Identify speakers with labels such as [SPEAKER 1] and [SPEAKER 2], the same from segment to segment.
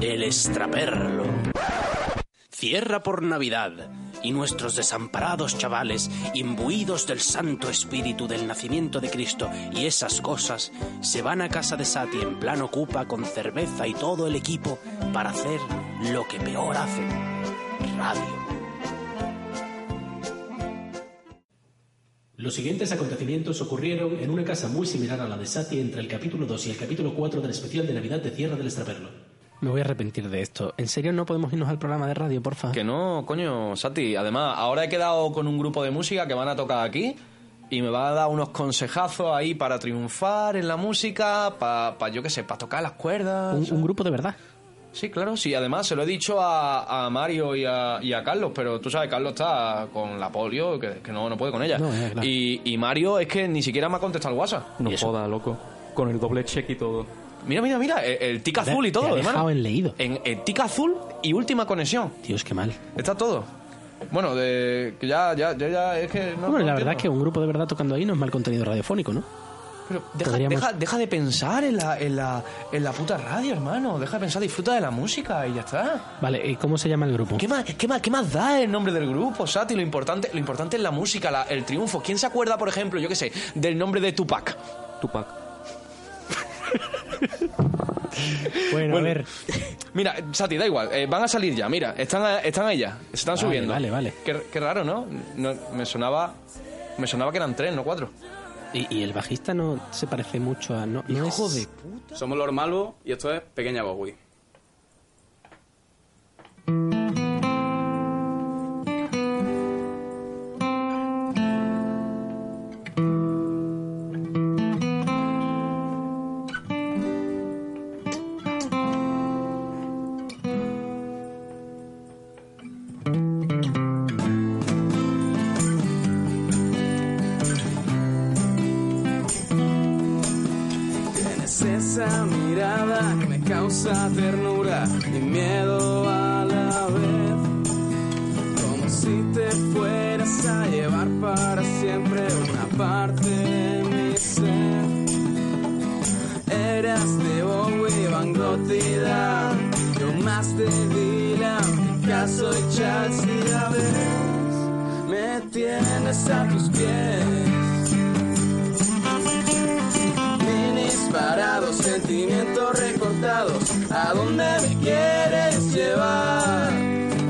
[SPEAKER 1] El extraperlo. Cierra por Navidad y nuestros desamparados chavales, imbuidos del Santo Espíritu del nacimiento de Cristo y esas cosas, se van a casa de Sati en plan ocupa con cerveza y todo el equipo para hacer lo que peor hacen, radio.
[SPEAKER 2] Los siguientes acontecimientos ocurrieron en una casa muy similar a la de Sati entre el capítulo 2 y el capítulo 4 del especial de Navidad de Tierra del Extraperlo.
[SPEAKER 3] Me voy a arrepentir de esto. ¿En serio no podemos irnos al programa de radio, porfa?
[SPEAKER 4] Que no, coño, Sati. Además, ahora he quedado con un grupo de música que van a tocar aquí y me va a dar unos consejazos ahí para triunfar en la música, para, pa, yo qué sé, para tocar las cuerdas.
[SPEAKER 3] Un, un grupo de verdad.
[SPEAKER 4] Sí, claro, sí. Además, se lo he dicho a, a Mario y a, y a, Carlos, pero tú sabes, Carlos está con la polio, que, que no, no puede con ella.
[SPEAKER 3] No, ya, claro.
[SPEAKER 4] y, y, Mario es que ni siquiera me ha contestado el WhatsApp.
[SPEAKER 5] No joda, loco. Con el doble check y todo.
[SPEAKER 4] Mira, mira, mira, el, el tic
[SPEAKER 3] Te-
[SPEAKER 4] azul y
[SPEAKER 3] te ha
[SPEAKER 4] todo,
[SPEAKER 3] dejado
[SPEAKER 4] hermano.
[SPEAKER 3] en leído.
[SPEAKER 4] En el tic azul y última conexión.
[SPEAKER 3] Dios, qué mal.
[SPEAKER 4] Está todo. Bueno, de, que ya, ya, ya, ya, es que no.
[SPEAKER 3] Hombre,
[SPEAKER 4] no
[SPEAKER 3] la verdad es que
[SPEAKER 4] entiendo.
[SPEAKER 3] un grupo de verdad tocando ahí no es mal contenido radiofónico, ¿no?
[SPEAKER 4] Pero deja,
[SPEAKER 3] podríamos-
[SPEAKER 4] deja, deja de pensar en la, en, la, en la puta radio, hermano. Deja de pensar, disfruta de la música y ya está.
[SPEAKER 3] Vale, ¿y cómo se llama el grupo?
[SPEAKER 4] ¿Qué más, qué, más, ¿Qué más da el nombre del grupo, Sati? Lo importante, lo importante es la música, la- el triunfo. ¿Quién se acuerda, por ejemplo, yo qué sé, del nombre de Tupac?
[SPEAKER 5] Tupac.
[SPEAKER 3] Bueno, a ver.
[SPEAKER 4] Mira, Sati, da igual, eh, van a salir ya, mira, están, a- están ahí ya, se están
[SPEAKER 3] Vale,
[SPEAKER 4] subiendo.
[SPEAKER 3] vale, vale.
[SPEAKER 4] Qué, qué raro, ¿no? No, Me sonaba me sonaba que eran tres, no cuatro.
[SPEAKER 3] Y, y el bajista no se parece mucho a. No, no es-
[SPEAKER 6] Somos Lord Malvo y esto es Pequeña Bowie. Tienes esa mirada que me causa ternura y miedo a la vez. Como si te fueras a llevar para siempre una parte de mi ser. Eras de Bowie, Van Gogh y Dan, yo más de Dylan, Picasso y Charles y la vez. Me tienes a tus pies. Minis parados, sentimientos recortados. ¿A dónde me quieres llevar?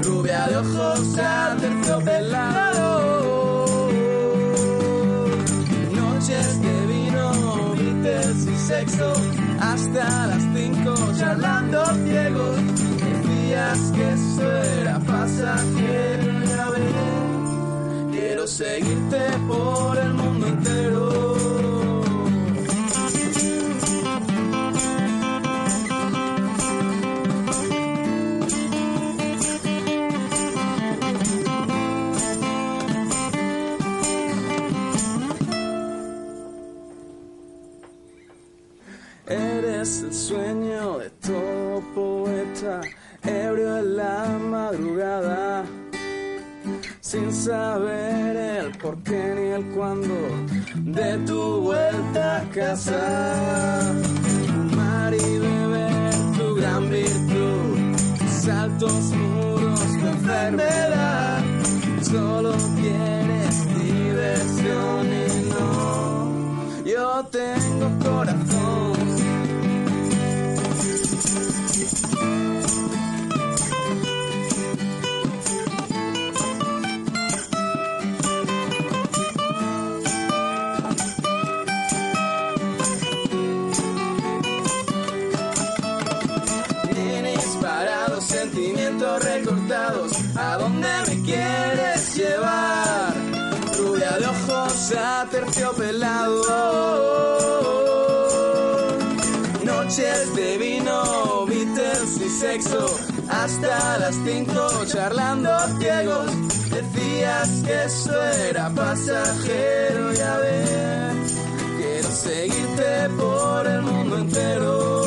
[SPEAKER 6] Rubia de ojos aterciopelados. Noches de vino, vites y sexo. Hasta las cinco charlando ciegos. Decías que eso era pasajero una vez. Quiero seguirte por el mundo entero. Eres el sueño de todo poeta, ebrio en la madrugada, sin saber el por qué ni el cuándo de tu vuelta a casa. Mar y beber tu gran virtud, tus altos muros, tu enfermedad. Solo quieres diversión y no, yo tengo corazón. Minis parados, sentimientos recortados. ¿A dónde me quieres llevar? Rubia de ojos aterciopelados. Noches de vino, Beatles y sexo. Hasta las cinco charlando ciegos. Decías que eso era pasajero, ya ves. Quiero seguirte por el mundo entero.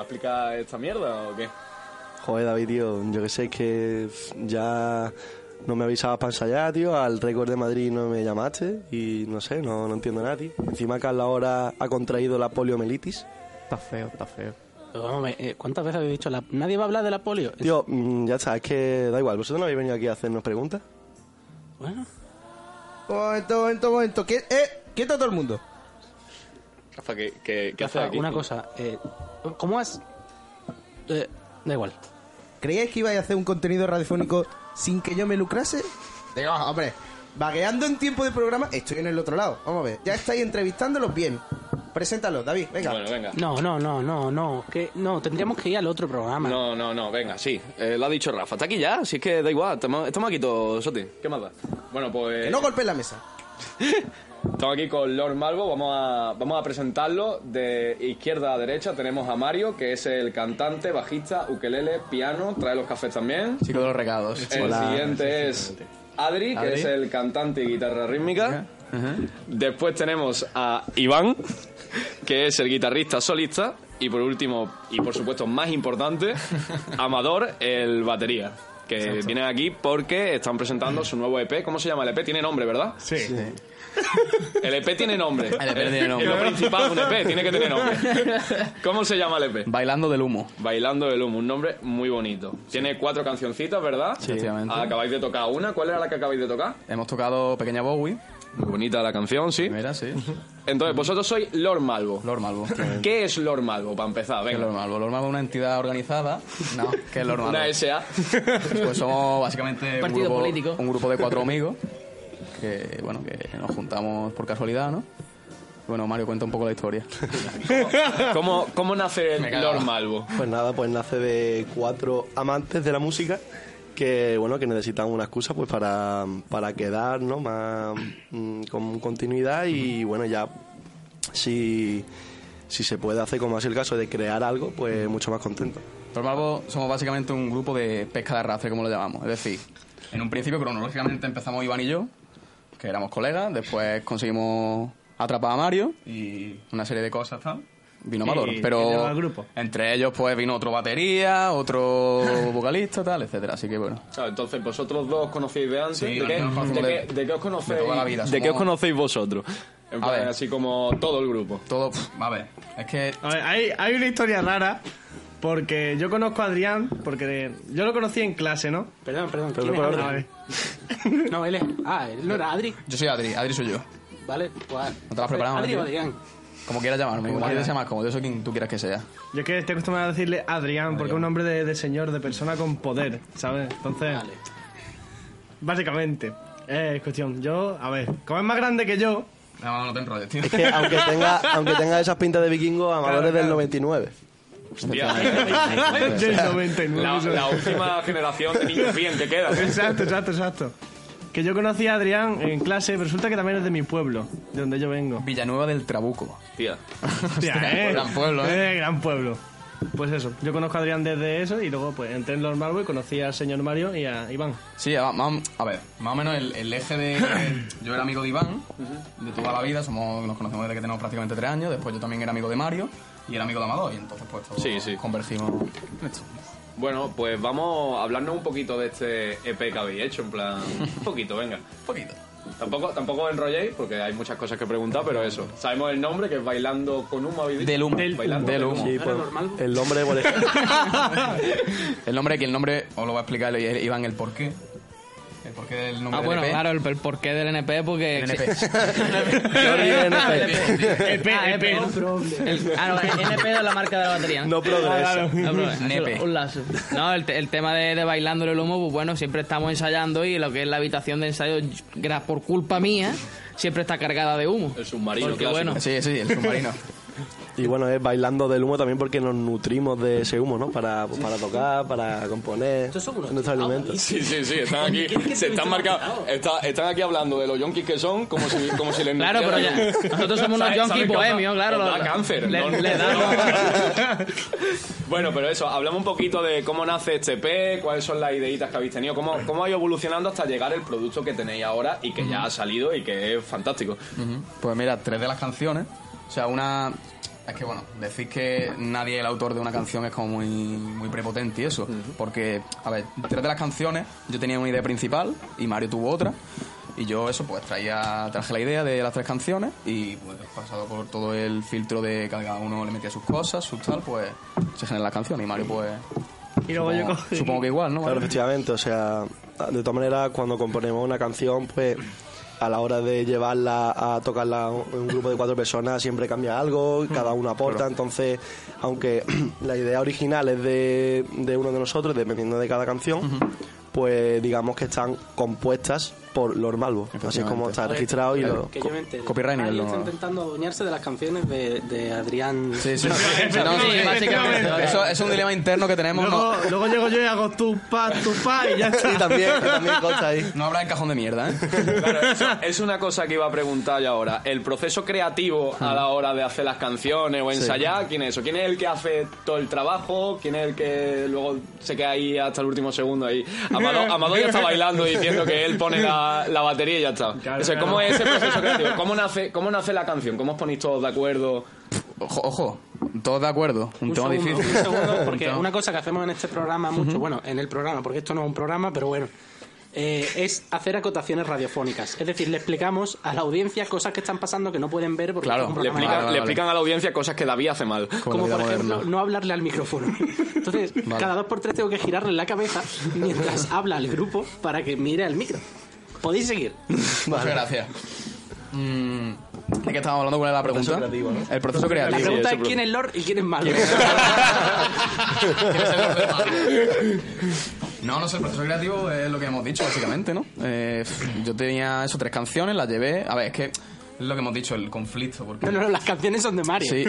[SPEAKER 4] explicar esta mierda o qué?
[SPEAKER 7] Joder, David, tío, yo que sé, es que pff, ya no me avisabas para ensayar, tío. Al récord de Madrid no me llamaste y no sé, no, no entiendo nada, tío. Encima que a la hora ha contraído la poliomielitis.
[SPEAKER 6] Está feo, está feo.
[SPEAKER 1] Pero vamos a ver, eh, ¿cuántas veces habéis dicho la... nadie va a hablar de la polio?
[SPEAKER 7] Tío, mm, ya está, es que da igual. ¿Vosotros no habéis venido aquí a hacernos preguntas?
[SPEAKER 1] Bueno,
[SPEAKER 8] Momento, momento, momento. ¿Qué, eh, ¿Quieta todo el mundo?
[SPEAKER 4] Rafa, ¿qué, qué, qué haces
[SPEAKER 1] Rafa,
[SPEAKER 4] aquí?
[SPEAKER 1] una
[SPEAKER 4] tú?
[SPEAKER 1] cosa. eh, ¿Cómo has...? eh, da igual.
[SPEAKER 8] ¿Creíais que ibais a hacer un contenido radiofónico sin que yo me lucrase? Digo, hombre, vagueando en tiempo de programa, estoy en el otro lado. Vamos a ver, ya estáis entrevistándolos bien. Preséntalos, David, venga.
[SPEAKER 4] Bueno, venga.
[SPEAKER 1] No, no, no, no, no. Que, no, tendríamos que ir al otro programa.
[SPEAKER 4] No, no, no, venga, sí. Eh, lo ha dicho Rafa. Está aquí ya, si es que da igual. Estamos, estamos aquí todos, Soti. ¿Qué más da? Bueno, pues...
[SPEAKER 8] Que no golpees la mesa.
[SPEAKER 4] Estamos aquí con Lord Malvo, vamos a, vamos a presentarlo de izquierda a derecha. Tenemos a Mario, que es el cantante, bajista, ukelele, piano, trae los cafés también.
[SPEAKER 5] Chico de los recados.
[SPEAKER 4] El siguiente es Adri, que
[SPEAKER 5] Adri.
[SPEAKER 4] es el cantante y guitarra rítmica. Después tenemos a Iván, que es el guitarrista solista. Y por último, y por supuesto más importante, Amador, el batería. Que vienen aquí porque están presentando su nuevo EP. ¿Cómo se llama el EP? Tiene nombre, ¿verdad?
[SPEAKER 6] Sí.
[SPEAKER 4] El EP tiene nombre.
[SPEAKER 5] El EP tiene nombre.
[SPEAKER 4] Y lo principal, un EP tiene que tener nombre. ¿Cómo se llama el EP?
[SPEAKER 5] Bailando del humo.
[SPEAKER 4] Bailando el humo, un nombre muy bonito. Tiene cuatro cancioncitas, ¿verdad? Ah,
[SPEAKER 5] Efectivamente.
[SPEAKER 4] Acabáis de tocar una. ¿Cuál era la que acabáis de tocar?
[SPEAKER 5] Hemos tocado Pequeña Bowie.
[SPEAKER 4] Muy bonita la canción, sí.
[SPEAKER 5] Mira, sí.
[SPEAKER 4] Entonces, vosotros sois Lord Malvo.
[SPEAKER 5] Lord Malvo. ¿Qué
[SPEAKER 4] ¿Qué es Lord Malvo, para empezar?
[SPEAKER 5] es
[SPEAKER 4] Venga,
[SPEAKER 5] Lord Malvo? Lord Malvo es una entidad organizada. No, ¿qué es Lord Malvo?
[SPEAKER 4] una SA.
[SPEAKER 5] Pues somos básicamente un
[SPEAKER 9] Partido
[SPEAKER 5] grupo,
[SPEAKER 9] político.
[SPEAKER 5] un grupo de cuatro amigos que, bueno, que nos juntamos por casualidad, ¿no? Bueno, Mario, cuenta un poco la historia.
[SPEAKER 4] ¿Cómo, cómo nace el
[SPEAKER 5] Me cago.
[SPEAKER 4] Lord Malvo?
[SPEAKER 7] Pues nada, pues nace de cuatro amantes de la música que, bueno, que necesitan una excusa pues para, para quedar, ¿no? Más mm, con continuidad y, bueno, ya si, si se puede hacer, como ha sido el caso, de crear algo, pues mucho más contento.
[SPEAKER 5] Los Malvo somos básicamente un grupo de pesca de arrastre, como lo llamamos. Es decir, en un principio cronológicamente empezamos Iván y yo, que éramos colegas, después conseguimos atrapar a Mario y una serie de cosas tal. Vino
[SPEAKER 9] Sí,
[SPEAKER 5] Amador,
[SPEAKER 9] que lleva
[SPEAKER 5] pero
[SPEAKER 9] al grupo.
[SPEAKER 5] entre ellos pues vino otro batería, otro vocalista, tal, etcétera. Así que bueno,
[SPEAKER 4] Ah, Entonces, vosotros dos os conocéis de antes.
[SPEAKER 5] Sí,
[SPEAKER 4] ¿De, qué,
[SPEAKER 5] nos conocemos
[SPEAKER 4] de
[SPEAKER 5] de-
[SPEAKER 4] qué- de qué os conocéis?
[SPEAKER 5] de toda la vida,
[SPEAKER 4] ¿De qué os
[SPEAKER 5] somos-
[SPEAKER 4] conocéis vosotros? En
[SPEAKER 5] A
[SPEAKER 4] plan,
[SPEAKER 5] ver.
[SPEAKER 4] así como todo el grupo.
[SPEAKER 5] todo, pff, a ver, es que
[SPEAKER 9] A ver, hay, hay una historia rara. Porque yo conozco a Adrián, porque de- yo lo conocí en clase, ¿no?
[SPEAKER 1] Perdón, perdón. ¿quién es
[SPEAKER 9] A
[SPEAKER 1] Adri?
[SPEAKER 9] ver.
[SPEAKER 1] No, él es... Ah, él no era Adri.
[SPEAKER 5] yo soy Adri, Adri soy yo.
[SPEAKER 1] Vale, pues...
[SPEAKER 5] ¿No te lo has preparado,
[SPEAKER 3] Ah,
[SPEAKER 1] Adri
[SPEAKER 5] Adri?
[SPEAKER 1] o Adrián.
[SPEAKER 5] Como quieras llamarme, como quieras llamar, como yo soy quien tú quieras que sea.
[SPEAKER 9] Yo es que estoy acostumbrado a decirle Adrián, porque es un nombre de, de señor, de persona con poder, ¿sabes? Entonces,
[SPEAKER 1] Vale.
[SPEAKER 9] básicamente, eh, es cuestión. Yo, a ver, como es más grande que yo,
[SPEAKER 5] No, no te enrolles, tío.
[SPEAKER 7] Es que aunque tenga, aunque tenga esas pintas de vikingo, Amador es del 99.
[SPEAKER 9] del 99.
[SPEAKER 4] La, la última generación de niños bien que queda.
[SPEAKER 9] Exacto, exacto, exacto. Que yo conocí a Adrián en clase, pero resulta que también es de mi pueblo, de donde yo vengo.
[SPEAKER 5] Villanueva del Trabuco.
[SPEAKER 4] Tía.
[SPEAKER 9] Hostia,
[SPEAKER 5] pues, gran pueblo, ¿eh?
[SPEAKER 9] Gran pueblo. Pues eso, yo conozco a Adrián desde eso y luego pues entré en los Marvel y conocí al señor Mario y a Iván.
[SPEAKER 5] Sí, a, más- a ver, más o menos el, el eje de... yo era amigo de Iván, de toda la vida, somos, nos conocemos desde que tenemos prácticamente tres años, después yo también era amigo de Mario y era amigo de Amador, y entonces pues todos
[SPEAKER 4] Sí, sí.
[SPEAKER 5] convertimos en esto.
[SPEAKER 4] Bueno, pues vamos a hablarnos un poquito de este EP que habéis hecho, en plan, un poquito, venga.
[SPEAKER 5] Un poquito.
[SPEAKER 4] Tampoco, tampoco os enrolléis, porque hay muchas cosas que preguntar, pero eso. Sabemos el nombre, que es Bailando con Humo, habéis dicho.
[SPEAKER 5] Del humo. Del humo.
[SPEAKER 4] Del Bailando con
[SPEAKER 7] Sí, pues, el nombre, por ejemplo.
[SPEAKER 5] El nombre, que el nombre os lo va a explicar el- el- Iván el porqué. El porqué del nombre
[SPEAKER 9] Ah,
[SPEAKER 5] del E
[SPEAKER 9] bueno,
[SPEAKER 5] EP.
[SPEAKER 9] claro,
[SPEAKER 5] el,
[SPEAKER 9] el porqué del NP, porque.
[SPEAKER 5] E NP.
[SPEAKER 9] ah, no, el NP es la marca de la batería.
[SPEAKER 7] No progresa.
[SPEAKER 9] No, pero,
[SPEAKER 5] Nepe.
[SPEAKER 9] eso, un lazo. No, el, te- el tema de, de bailando el humo, pues bueno, siempre estamos ensayando y lo que es la habitación de ensayo, gra- por culpa mía, siempre está cargada de humo.
[SPEAKER 4] El submarino,
[SPEAKER 9] Porque
[SPEAKER 4] clásico.
[SPEAKER 9] bueno,
[SPEAKER 5] Sí, sí, el submarino.
[SPEAKER 7] Y bueno, es bailando del humo también porque nos nutrimos de ese humo, ¿no? Para, pues, para tocar, para componer.
[SPEAKER 1] Estos son unos
[SPEAKER 7] nuestros alimentos.
[SPEAKER 4] Sí, sí, sí, están aquí, se están marcados, está- están aquí hablando de los yonkis que son, como si, como si les
[SPEAKER 9] Claro, pero ya,
[SPEAKER 4] nutrieran.
[SPEAKER 9] nosotros somos unos
[SPEAKER 4] ¿Sabes-
[SPEAKER 9] yonkis
[SPEAKER 4] sabes que os da-
[SPEAKER 9] bohemios, claro.
[SPEAKER 4] os da
[SPEAKER 9] lo-
[SPEAKER 4] cáncer,
[SPEAKER 9] le-
[SPEAKER 4] ¿no?
[SPEAKER 9] le damos-
[SPEAKER 4] Bueno, pero eso, hablamos un poquito de cómo nace este P, cuáles son las ideitas que habéis tenido, cómo, cómo ha ido evolucionando hasta llegar el producto que tenéis ahora y que ya ha salido y que es fantástico.
[SPEAKER 5] Pues mira, tres de las canciones. O sea, una. Es que bueno, decís que nadie es el autor de una canción es como muy, muy prepotente y eso. Porque, a ver, tres de las canciones, yo tenía una idea principal y Mario tuvo otra. Y yo eso, pues traía, traje la idea de las tres canciones y pues pasado por todo el filtro de que cada uno le metía sus cosas, sus tal, pues se generan las canciones. Y Mario pues...
[SPEAKER 9] Y luego yo
[SPEAKER 5] supongo-
[SPEAKER 9] cogí-
[SPEAKER 5] Supongo que igual, ¿no?
[SPEAKER 7] Claro,
[SPEAKER 5] Mario?
[SPEAKER 7] efectivamente, o sea, de todas maneras, cuando componemos una canción, pues a la hora de llevarla a tocarla en un grupo de cuatro personas siempre cambia algo, cada uno aporta, entonces, aunque la idea original es de, de uno de nosotros, dependiendo de cada canción, pues digamos que están compuestas por Lord Malvo, así es como está registrado y lo...
[SPEAKER 1] Que yo me entere.
[SPEAKER 5] copyright nivel
[SPEAKER 1] Alguien
[SPEAKER 5] no-
[SPEAKER 1] está intentando adueñarse de las canciones de, de Adrián.
[SPEAKER 5] Sí, sí. No, sí, básicamente. Eso es un dilema interno que tenemos.
[SPEAKER 3] Luego,
[SPEAKER 5] no-
[SPEAKER 3] luego llego yo y hago tu pa, tu pa y ya está.
[SPEAKER 5] No habrá en cajón de mierda, ¿eh?
[SPEAKER 4] Claro, eso es una cosa que iba a preguntar yo ahora. El proceso creativo a la hora de hacer las canciones o
[SPEAKER 5] Sí.
[SPEAKER 4] ensayar, ¿quién es eso? ¿Quién es el que hace todo el trabajo? ¿Quién es el que luego se queda ahí hasta el último segundo ahí? Amado, Amado ya está bailando y diciendo que él pone la, la batería y ya está. o sea, ¿cómo
[SPEAKER 5] claro.
[SPEAKER 4] es ese proceso creativo? ¿Cómo nace, ¿Cómo nace la canción? ¿Cómo os ponéis todos de acuerdo?
[SPEAKER 5] Ojo, ojo, todos de acuerdo. Un,
[SPEAKER 1] Un
[SPEAKER 5] tema
[SPEAKER 1] segundo,
[SPEAKER 5] difícil.
[SPEAKER 1] un segundo, porque
[SPEAKER 5] Un tema-
[SPEAKER 1] una cosa que hacemos en este programa mucho, bueno, en el programa, porque esto no es un programa, pero bueno, eh, es hacer acotaciones radiofónicas. Es decir, le explicamos a la audiencia cosas que están pasando que no pueden ver porque
[SPEAKER 5] Claro,
[SPEAKER 1] esto es un
[SPEAKER 4] Le,
[SPEAKER 1] programa
[SPEAKER 4] explican-
[SPEAKER 1] de radio.
[SPEAKER 4] le explican a la audiencia cosas que David hace mal.
[SPEAKER 1] Como
[SPEAKER 5] la
[SPEAKER 1] por
[SPEAKER 5] vida
[SPEAKER 1] ejemplo,
[SPEAKER 5] moderna.
[SPEAKER 1] no hablarle al micrófono. Entonces,
[SPEAKER 5] Vale.
[SPEAKER 1] cada dos por tres tengo que girarle la cabeza mientras habla al grupo para que mire al micro. Podéis seguir.
[SPEAKER 5] Muchas gracias. Mm, ¿De qué estábamos hablando? ¿Cuál era la pregunta?
[SPEAKER 7] proceso creativo, ¿no?
[SPEAKER 5] El proceso
[SPEAKER 1] La
[SPEAKER 5] creativo.
[SPEAKER 1] pregunta es quién es Lord y quién es malo.
[SPEAKER 5] No, no sé, el proceso creativo es lo que hemos dicho, básicamente, ¿no? Eh, yo tenía eso, tres canciones, las llevé. A ver, es que es lo que hemos dicho, el conflicto. Porque...
[SPEAKER 1] No, no, no, las canciones son de Mario.
[SPEAKER 5] Sí.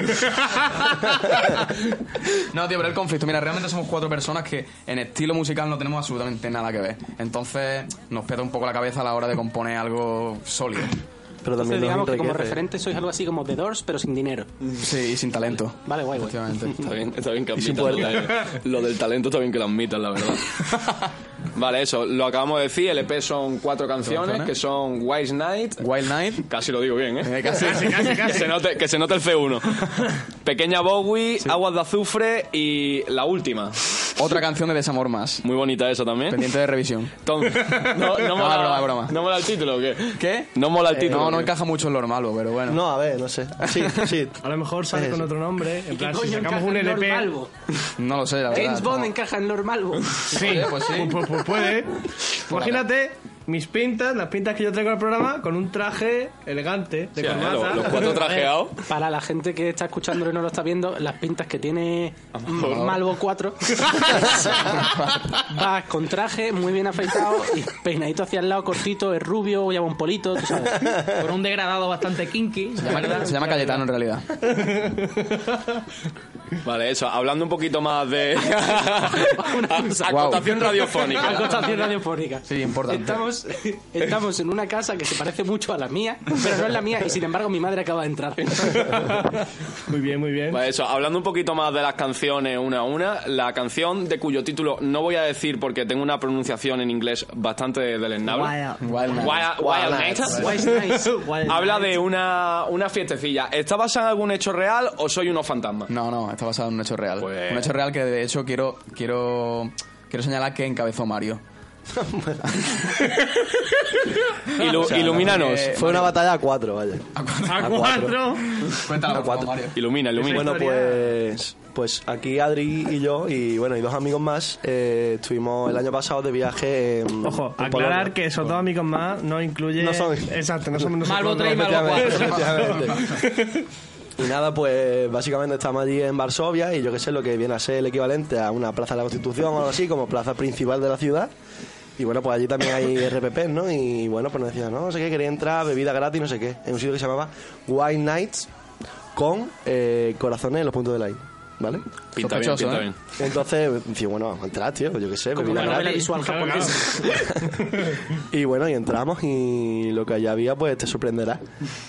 [SPEAKER 5] no, tío, pero el conflicto. Mira, realmente somos cuatro personas que en estilo musical no tenemos absolutamente nada que ver. Entonces nos peta un poco la cabeza a la hora de componer algo sólido.
[SPEAKER 7] Pero
[SPEAKER 1] Entonces,
[SPEAKER 7] también nos
[SPEAKER 1] digamos que como
[SPEAKER 7] enriquece.
[SPEAKER 1] referente sois algo así como The Doors, pero sin dinero.
[SPEAKER 5] Sí, y sin talento.
[SPEAKER 1] Vale, guay, guay.
[SPEAKER 5] Efectivamente.
[SPEAKER 4] Está bien, está bien que
[SPEAKER 7] Y sin
[SPEAKER 4] admitan lo del talento está bien que lo admitan, la verdad. Vale, eso, lo acabamos de decir, el EP son cuatro canciones,
[SPEAKER 5] canciones.
[SPEAKER 4] que son Wise Night,
[SPEAKER 5] Wild Night.
[SPEAKER 4] casi lo digo bien, ¿eh?
[SPEAKER 5] eh, casi-
[SPEAKER 4] Que se, note, que se note el C1. Pequeña Bowie, Aguas de Azufre y la última.
[SPEAKER 5] Otra canción de Desamor más.
[SPEAKER 4] Muy bonita esa también.
[SPEAKER 5] Pendiente de revisión.
[SPEAKER 4] Entonces, no, no
[SPEAKER 5] No,
[SPEAKER 4] mola,
[SPEAKER 5] broma, broma.
[SPEAKER 4] ¿No mola el título o qué?
[SPEAKER 5] ¿Qué?
[SPEAKER 4] No mola el
[SPEAKER 5] Eh,
[SPEAKER 4] título.
[SPEAKER 5] no, no
[SPEAKER 4] ¿qué?
[SPEAKER 5] encaja mucho en lo malo, pero bueno.
[SPEAKER 7] No, a ver, no sé. Sí, sí.
[SPEAKER 3] A lo mejor sale
[SPEAKER 7] Es
[SPEAKER 3] con
[SPEAKER 7] eso.
[SPEAKER 3] otro nombre. En plan, si
[SPEAKER 1] Coño,
[SPEAKER 3] sacamos
[SPEAKER 1] encaja
[SPEAKER 3] un
[SPEAKER 1] en Lord
[SPEAKER 3] LP.
[SPEAKER 1] Malvo.
[SPEAKER 5] No lo sé, la verdad.
[SPEAKER 1] James Bond
[SPEAKER 5] no.
[SPEAKER 1] encaja en Lord Malvo.
[SPEAKER 3] Sí,
[SPEAKER 5] Oye, pues sí.
[SPEAKER 3] Pues, pues puede. Imagínate mis pintas, las pintas que yo traigo al programa, con un traje elegante de
[SPEAKER 4] Sí,
[SPEAKER 3] corbata.
[SPEAKER 4] lo- los
[SPEAKER 5] Eh.
[SPEAKER 4] cuatro trajeados.
[SPEAKER 1] Para la gente que está escuchándolo y no lo está viendo, las pintas que tiene mm, Malvo 4. Vas con traje, muy bien afeitado y peinadito hacia el lado, cortito, es rubio, lleva un polito, tú sabes.
[SPEAKER 9] Con un degradado bastante kinky.
[SPEAKER 5] Se llama, se llama Cayetano en realidad.
[SPEAKER 4] Vale, eso, hablando un poquito más de. Acotación
[SPEAKER 1] Una
[SPEAKER 4] radiofónica.
[SPEAKER 1] acotación radiofónica.
[SPEAKER 5] Sí, importante.
[SPEAKER 1] Estamos, estamos en una casa que se parece mucho a la mía, pero no es la mía y sin embargo mi madre acaba de entrar.
[SPEAKER 3] Muy bien, muy bien.
[SPEAKER 4] Vale, Pues eso, hablando un poquito más de las canciones una a una, la canción de cuyo título no voy a decir porque tengo una pronunciación en inglés bastante deleznable.
[SPEAKER 5] Wild Night.
[SPEAKER 4] Wild- Wild Nights.
[SPEAKER 1] Guay, nice.
[SPEAKER 4] Habla de una, una fiestecilla. ¿Está basada en algún hecho real o soy unos fantasmas?
[SPEAKER 5] No, no, está basado en un hecho real.
[SPEAKER 4] Pues-
[SPEAKER 5] Un hecho real que de hecho quiero quiero quiero señalar que encabezó Mario.
[SPEAKER 4] Ilu-
[SPEAKER 5] O sea, eh,
[SPEAKER 4] ilumínanos.
[SPEAKER 5] la verdad
[SPEAKER 7] Fue una batalla a cuatro, vaya.
[SPEAKER 3] A
[SPEAKER 7] cuatro.
[SPEAKER 3] cuatro.
[SPEAKER 5] Cuéntalo, por favor, Mario.
[SPEAKER 4] Ilumina, ilumina.
[SPEAKER 7] Bueno,
[SPEAKER 3] historia.
[SPEAKER 7] pues, pues aquí Adri y yo, y bueno, y dos amigos más, eh, estuvimos el año pasado de viaje en.
[SPEAKER 3] Ojo,
[SPEAKER 7] en
[SPEAKER 3] aclarar
[SPEAKER 7] Polonia.
[SPEAKER 3] que esos dos amigos más no incluye.
[SPEAKER 7] No son-
[SPEAKER 3] Exacto, no somos
[SPEAKER 9] Malvo tres y
[SPEAKER 3] nosotros. dos.
[SPEAKER 9] Malvo cuatro.
[SPEAKER 7] Efectivamente. Y nada, pues básicamente estamos allí en Varsovia y yo qué sé, lo que viene a ser el equivalente a una plaza de la Constitución o algo así, como plaza principal de la ciudad. Y bueno, pues allí también hay RPP, ¿no? Y bueno, pues nos decían, no, no sé qué, quería entrar, bebida gratis, no sé qué. En un sitio que se llamaba White Nights con eh, corazones en los puntos de la I, ¿vale?
[SPEAKER 4] Pinta bien,
[SPEAKER 5] Sospechoso,
[SPEAKER 4] pinta
[SPEAKER 5] ¿eh?
[SPEAKER 4] bien.
[SPEAKER 7] Entonces, dije, bueno, vamos a entrar, tío, yo qué sé,
[SPEAKER 1] Como
[SPEAKER 7] bebida
[SPEAKER 1] una novela
[SPEAKER 7] gratis.
[SPEAKER 1] visual japonesa.
[SPEAKER 7] Y bueno, y entramos y lo que allá había, pues te sorprenderá.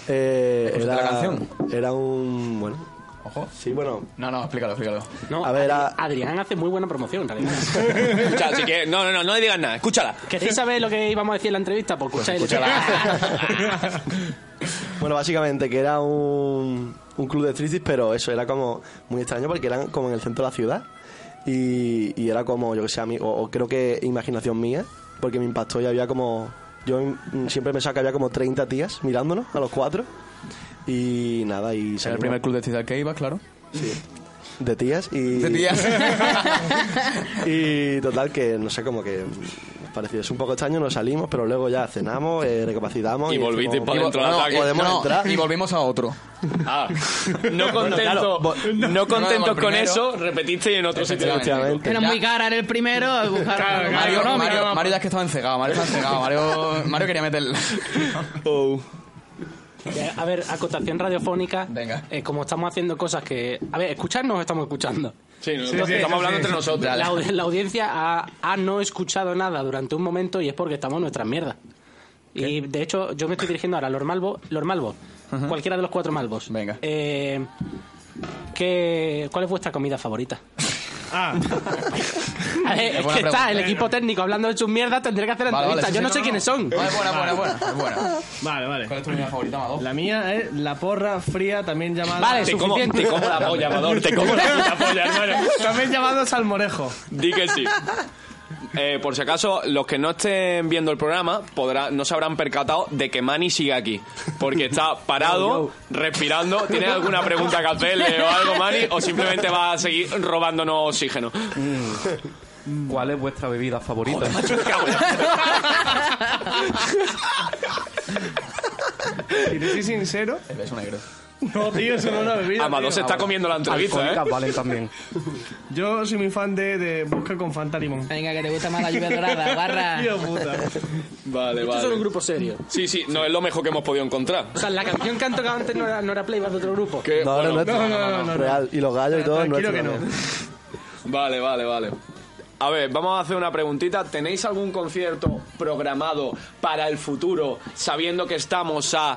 [SPEAKER 7] Eh,
[SPEAKER 5] ¿Te gusta
[SPEAKER 7] era,
[SPEAKER 5] la canción?
[SPEAKER 7] era un. Bueno,
[SPEAKER 5] Ojo.
[SPEAKER 7] sí, bueno.
[SPEAKER 5] No, no, explícalo, explícalo.
[SPEAKER 1] No,
[SPEAKER 7] A ver, a-
[SPEAKER 1] Adri- Adrián hace muy buena promoción, en realidad.
[SPEAKER 4] Escucha, si quieres- no, no, no, no le digas nada. Escúchala. Pues
[SPEAKER 1] ¿Queréis saber lo que íbamos a decir en la entrevista? Pues escucháis el-
[SPEAKER 5] Escúchala.
[SPEAKER 7] Bueno, básicamente que era un, un club de striptease, pero eso era como muy extraño porque eran como en el centro de la ciudad y, y era como, yo que sé, a mí, o, o creo que imaginación mía, porque me impactó y había como, yo mm, siempre pensaba que había como 30 tías mirándonos a los cuatro y nada, y
[SPEAKER 5] Era el primer club de striptease al que iba, claro.
[SPEAKER 7] Sí. De tías y...
[SPEAKER 5] De tías.
[SPEAKER 7] y total que, no sé, como que... nos Pareció, es un poco extraño, nos salimos, pero luego ya cenamos, eh, recapacitamos.
[SPEAKER 4] Y volviste
[SPEAKER 7] decimos,
[SPEAKER 4] para dentro del
[SPEAKER 7] "No,
[SPEAKER 4] ataque".
[SPEAKER 7] podemos
[SPEAKER 4] No,
[SPEAKER 7] entrar.
[SPEAKER 4] y
[SPEAKER 5] eh, volvimos a otro.
[SPEAKER 4] Ah, no
[SPEAKER 7] Bueno, claro,
[SPEAKER 4] contento,
[SPEAKER 7] vo-
[SPEAKER 4] no,
[SPEAKER 7] no,
[SPEAKER 4] contentos
[SPEAKER 5] no, el
[SPEAKER 4] con
[SPEAKER 5] primero.
[SPEAKER 4] eso, repetiste en otro sitio.
[SPEAKER 7] Efectivamente.
[SPEAKER 9] Era muy cara, era el primero. buscar algo más
[SPEAKER 5] Mario,
[SPEAKER 9] económico.
[SPEAKER 5] Mario, Mario ya es que estaba encegado, Mario estaba encegado, Mario, Mario quería meter...
[SPEAKER 1] Eh, A ver, acotación radiofónica. Venga. Eh, como estamos haciendo cosas que. A ver, escucharnos estamos escuchando.
[SPEAKER 4] Sí, no,
[SPEAKER 1] Entonces,
[SPEAKER 4] estamos hablando entre nosotros.
[SPEAKER 1] La, aud- la audiencia ha, ha no escuchado nada durante un momento y es porque estamos en nuestras mierdas. Y de hecho, yo me estoy dirigiendo ahora a Lord Malvo. Lord Malvo, cualquiera de los cuatro Malvos. Venga. ¿Cuál es vuestra comida favorita?
[SPEAKER 3] Ah.
[SPEAKER 1] A ver, es que está
[SPEAKER 3] buena pregunta.
[SPEAKER 1] el
[SPEAKER 4] ¿eh?
[SPEAKER 1] equipo técnico hablando de sus mierdas, tendré que hacer
[SPEAKER 3] Vale,
[SPEAKER 1] entrevistas.
[SPEAKER 3] vale, sí,
[SPEAKER 1] yo
[SPEAKER 3] sí,
[SPEAKER 1] no
[SPEAKER 3] no,
[SPEAKER 1] sé
[SPEAKER 3] no.
[SPEAKER 1] quiénes son.
[SPEAKER 3] Vale, buena, buena, buena,
[SPEAKER 5] buena.
[SPEAKER 3] Vale, vale.
[SPEAKER 5] ¿Cuál es tu comida favorita, Amador?
[SPEAKER 3] La mía es la porra fría, también llamada.
[SPEAKER 4] Vale, Te como- suficiente. te como la polla, Amador, te como la puta polla, hermano.
[SPEAKER 3] También llamado salmorejo.
[SPEAKER 4] Di que sí. Eh, por si acaso, los que no estén viendo el programa podrá, no se habrán percatado de que Manny sigue aquí. Porque está parado, respirando. ¿Tiene alguna pregunta que hacerle o algo, Manny? ¿O simplemente va a seguir robándonos oxígeno?
[SPEAKER 6] ¿Cuál es vuestra bebida favorita?
[SPEAKER 3] Si te soy sincero.
[SPEAKER 5] Es negro.
[SPEAKER 3] No, tío, eso no es una bebida.
[SPEAKER 4] Amador
[SPEAKER 3] tío.
[SPEAKER 4] se está comiendo la entrevista,
[SPEAKER 3] Alcohólicas
[SPEAKER 4] ¿eh?
[SPEAKER 3] valen también. Yo soy muy fan de, de Busca con Fanta Limón.
[SPEAKER 9] Venga, que te gusta más la lluvia dorada, barra.
[SPEAKER 3] Tío puta.
[SPEAKER 4] Vale,
[SPEAKER 1] Estos
[SPEAKER 4] vale.
[SPEAKER 1] son un grupo serio.
[SPEAKER 4] Sí, sí, no es lo mejor que hemos podido encontrar.
[SPEAKER 1] O sea, la canción que han tocado antes no era, no era playback de otro grupo.
[SPEAKER 4] Que,
[SPEAKER 7] No,
[SPEAKER 4] bueno,
[SPEAKER 7] Eh, no, nuestro. Real. Y los gallos y todo, nuestro. también.
[SPEAKER 4] Vale, vale, vale. A ver, vamos a hacer una preguntita. ¿Tenéis algún concierto programado para el futuro sabiendo que estamos a...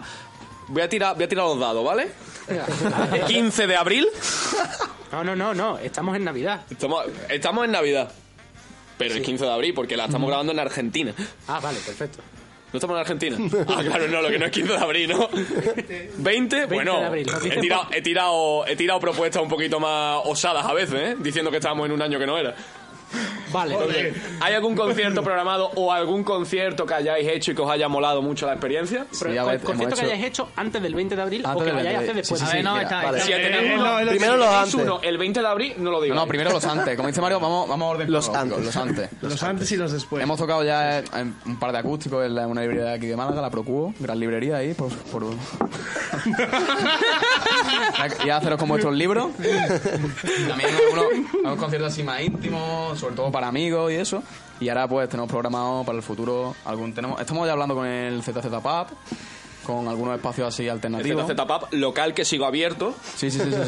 [SPEAKER 4] Voy a tirar, voy a tirar los dados, ¿vale? 15 de abril.
[SPEAKER 1] No, no, no, no. Estamos en Navidad.
[SPEAKER 4] Estamos, estamos en Navidad. Pero es 15 de abril porque la estamos grabando en Argentina.
[SPEAKER 1] Ah, vale, perfecto.
[SPEAKER 4] ¿No estamos en Argentina? Ah, claro, no, lo que no es 15 de abril, ¿no? 20, bueno,
[SPEAKER 1] de abril, nos
[SPEAKER 4] he,
[SPEAKER 1] dicen
[SPEAKER 4] tirado, he, tirado, he tirado propuestas un poquito más osadas a veces, ¿eh? Diciendo que estábamos en un año que no era.
[SPEAKER 1] Vale.
[SPEAKER 4] Entonces, ¿Hay algún concierto programado o algún concierto que hayáis hecho y que os haya molado mucho la experiencia?
[SPEAKER 1] Pero,
[SPEAKER 5] ya
[SPEAKER 1] ¿cuál-
[SPEAKER 5] hemos
[SPEAKER 1] concierto que
[SPEAKER 5] hecho-
[SPEAKER 1] hayáis hecho antes del 20 de abril
[SPEAKER 5] Antes
[SPEAKER 1] o que
[SPEAKER 5] del
[SPEAKER 1] vayáis a
[SPEAKER 5] 20
[SPEAKER 1] hacer
[SPEAKER 5] de- sí,
[SPEAKER 9] A
[SPEAKER 1] después.
[SPEAKER 5] sí,
[SPEAKER 9] ver,
[SPEAKER 5] sí,
[SPEAKER 9] no,
[SPEAKER 5] mira,
[SPEAKER 9] está
[SPEAKER 7] vale.
[SPEAKER 4] Si ya
[SPEAKER 3] Eh,
[SPEAKER 4] tenéis
[SPEAKER 3] eh,
[SPEAKER 4] uno,
[SPEAKER 3] no, eh, no,
[SPEAKER 4] si
[SPEAKER 7] Primero los
[SPEAKER 4] tenéis
[SPEAKER 7] antes.
[SPEAKER 4] uno el 20 de abril, no lo digo.
[SPEAKER 5] No, primero los antes. Como dice Mario, vamos, vamos a orden
[SPEAKER 7] Los
[SPEAKER 5] cronológico,
[SPEAKER 7] antes.
[SPEAKER 5] Los antes.
[SPEAKER 3] Los antes y los después.
[SPEAKER 5] Hemos tocado ya eh, en un par de acústicos en la- una librería de aquí de Málaga, la Procuo, gran librería ahí, por... por... Ya- ya haceros con vuestros libros. También algunos, algunos conciertos así más íntimos, sobre todo para amigos y eso. Y ahora pues tenemos programado para el futuro algún... tenemos Estamos ya hablando con el ZZ Pub, con algunos espacios así alternativos.
[SPEAKER 4] ZZ Pub, local que sigo abierto.
[SPEAKER 5] Sí, sí, sí, sí.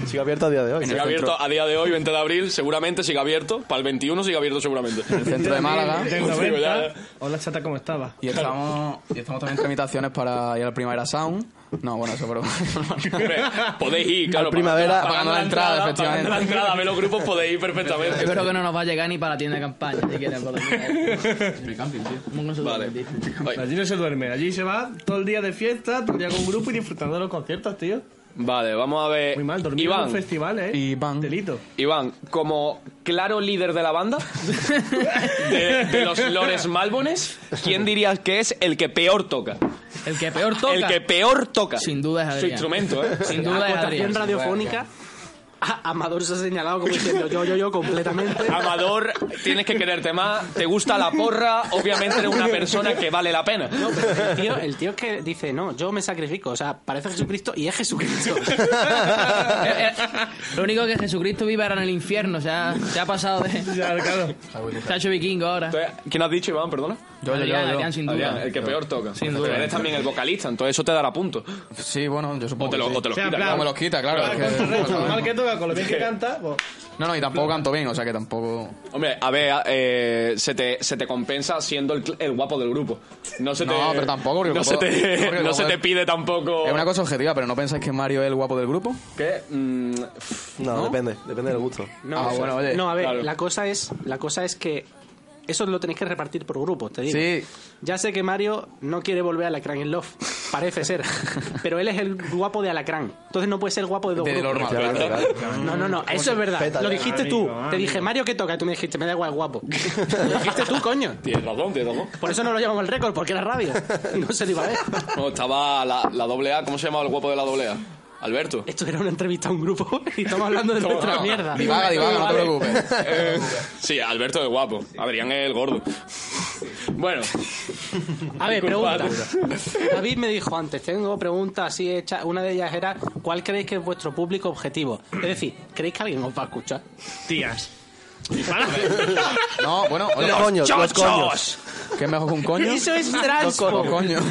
[SPEAKER 5] sí.
[SPEAKER 7] Sigue abierto a día de hoy.
[SPEAKER 4] Sigue abierto a día de hoy, 20 de abril, seguramente sigue abierto. Para el 21 sigue abierto seguramente.
[SPEAKER 5] En el centro de Málaga.
[SPEAKER 3] Del
[SPEAKER 4] Digo,
[SPEAKER 3] 90.
[SPEAKER 4] ya-
[SPEAKER 3] Hola chata, ¿cómo estaba?
[SPEAKER 5] Y estamos, y estamos también en tramitaciones para ir al Primavera Sound. No, bueno, eso pero...
[SPEAKER 4] Hombre, podéis ir, claro.
[SPEAKER 7] Al primavera,
[SPEAKER 5] pagando la entrada, efectivamente.
[SPEAKER 4] Pagando la entrada, a ver los grupos podéis ir perfectamente.
[SPEAKER 9] Espero que no nos va a llegar ni para la tienda de campaña, si quieren, por lo menos. Como no se duerme,
[SPEAKER 4] Vale.
[SPEAKER 9] tío.
[SPEAKER 4] Ay,
[SPEAKER 3] Allí no se duerme, allí se va todo el día de fiesta, todo el día con un grupo y disfrutando de los conciertos, tío.
[SPEAKER 4] Vale, vamos a ver.
[SPEAKER 3] Muy mal, dormir en un
[SPEAKER 4] Iván,
[SPEAKER 3] festival, eh.
[SPEAKER 5] Y van.
[SPEAKER 3] Delito.
[SPEAKER 4] Iván, como claro líder de la banda, de, de los Lores Malbones, ¿quién dirías que es el que peor toca?
[SPEAKER 9] El que peor toca.
[SPEAKER 4] El que peor toca.
[SPEAKER 9] Sin duda es
[SPEAKER 4] Su
[SPEAKER 9] Adrián.
[SPEAKER 4] instrumento, ¿eh?
[SPEAKER 9] Sin duda es Adrián.
[SPEAKER 1] Acotación radiofónica. A- Amador se ha señalado como diciendo yo, yo, yo completamente.
[SPEAKER 4] Amador, tienes que quererte más. Te gusta la porra. Obviamente eres una persona que vale la pena.
[SPEAKER 1] No, pero el tío, el tío es que dice, no, yo me sacrifico. O sea, parece Jesucristo y es Jesucristo.
[SPEAKER 9] Eh, eh, Lo único que Jesucristo vive ahora en el infierno, se ha, se ha pasado de.
[SPEAKER 3] Ya, claro.
[SPEAKER 9] Se ha hecho vikingo ahora.
[SPEAKER 4] Entonces, ¿Quién has dicho, Iván? Perdona.
[SPEAKER 5] Yo, yo, yo,
[SPEAKER 9] Adrián,
[SPEAKER 5] yo.
[SPEAKER 9] Adrián, sin
[SPEAKER 4] Adrián,
[SPEAKER 9] duda.
[SPEAKER 4] el que peor toca.
[SPEAKER 9] Sin duda.
[SPEAKER 4] Pero eres también el vocalista, entonces eso te dará punto.
[SPEAKER 5] Sí, bueno, yo
[SPEAKER 4] O
[SPEAKER 5] supongo
[SPEAKER 4] te lo,
[SPEAKER 5] que sí.
[SPEAKER 4] o te lo
[SPEAKER 3] O
[SPEAKER 4] quita,
[SPEAKER 3] sea, en plan-
[SPEAKER 5] No
[SPEAKER 4] claro.
[SPEAKER 5] me los quita, claro. es que-
[SPEAKER 3] Mal que toca, con lo bien que canta, pues,
[SPEAKER 5] No, no, y tampoco canto bien, o sea que tampoco...
[SPEAKER 4] Hombre, a ver, a- eh, se, te, se te compensa siendo el, cl- el guapo del grupo. No se te.
[SPEAKER 5] No, pero tampoco, porque
[SPEAKER 4] No,
[SPEAKER 5] el
[SPEAKER 4] se
[SPEAKER 5] guapo- porque
[SPEAKER 4] te,
[SPEAKER 5] el
[SPEAKER 4] no
[SPEAKER 5] guapo
[SPEAKER 4] se te
[SPEAKER 5] del-
[SPEAKER 4] pide tampoco.
[SPEAKER 5] Es una cosa objetiva, pero ¿no pensáis que Mario es el guapo del grupo?
[SPEAKER 4] ¿Qué? Mm,
[SPEAKER 7] No, depende. Depende del gusto.
[SPEAKER 1] No,
[SPEAKER 5] Ah, bueno, oye.
[SPEAKER 1] no a ver,
[SPEAKER 4] Claro.
[SPEAKER 1] la cosa es, la cosa es que Eso lo tenéis que repartir por grupos, te digo.
[SPEAKER 5] Sí.
[SPEAKER 1] Ya sé que Mario no quiere volver a Alacrán en Love, parece ser. pero él es el guapo de Alacrán. Entonces no puede ser guapo de dos
[SPEAKER 5] De
[SPEAKER 1] grupos.
[SPEAKER 5] Lorma, claro, claro, claro.
[SPEAKER 1] No, no, no,
[SPEAKER 5] ¿Cómo
[SPEAKER 1] eso
[SPEAKER 5] se
[SPEAKER 1] es verdad.
[SPEAKER 5] respeta,
[SPEAKER 1] Lo
[SPEAKER 5] ya?
[SPEAKER 1] dijiste
[SPEAKER 5] Amigo,
[SPEAKER 1] tú. Te
[SPEAKER 5] amigo.
[SPEAKER 1] dije, Mario, ¿qué toca? Y tú me dijiste, me da igual guapo. Lo dijiste tú, coño.
[SPEAKER 4] Tienes razón, tienes razón.
[SPEAKER 1] Por eso no lo llamamos el récord, porque era radio. No se lo iba a ver.
[SPEAKER 4] No, estaba la, la doble A, ¿cómo se llamaba el guapo de la doble A? Alberto.
[SPEAKER 1] Esto era una entrevista a un grupo y estamos hablando de nuestra mierda.
[SPEAKER 4] Vale. Eh, sí, Alberto es el guapo. Adrián es el gordo. Bueno.
[SPEAKER 1] A ver,
[SPEAKER 4] Disculpad.
[SPEAKER 1] pregunta. David me dijo antes, tengo preguntas así hechas. Una de ellas era, ¿cuál creéis que es vuestro público objetivo? Es decir, ¿creéis que alguien os va a escuchar?
[SPEAKER 3] Tías.
[SPEAKER 5] No, bueno,
[SPEAKER 1] Los coños, los
[SPEAKER 5] coños. ¿Qué es mejor que un coño?
[SPEAKER 1] Eso es transpo.
[SPEAKER 5] Los coños.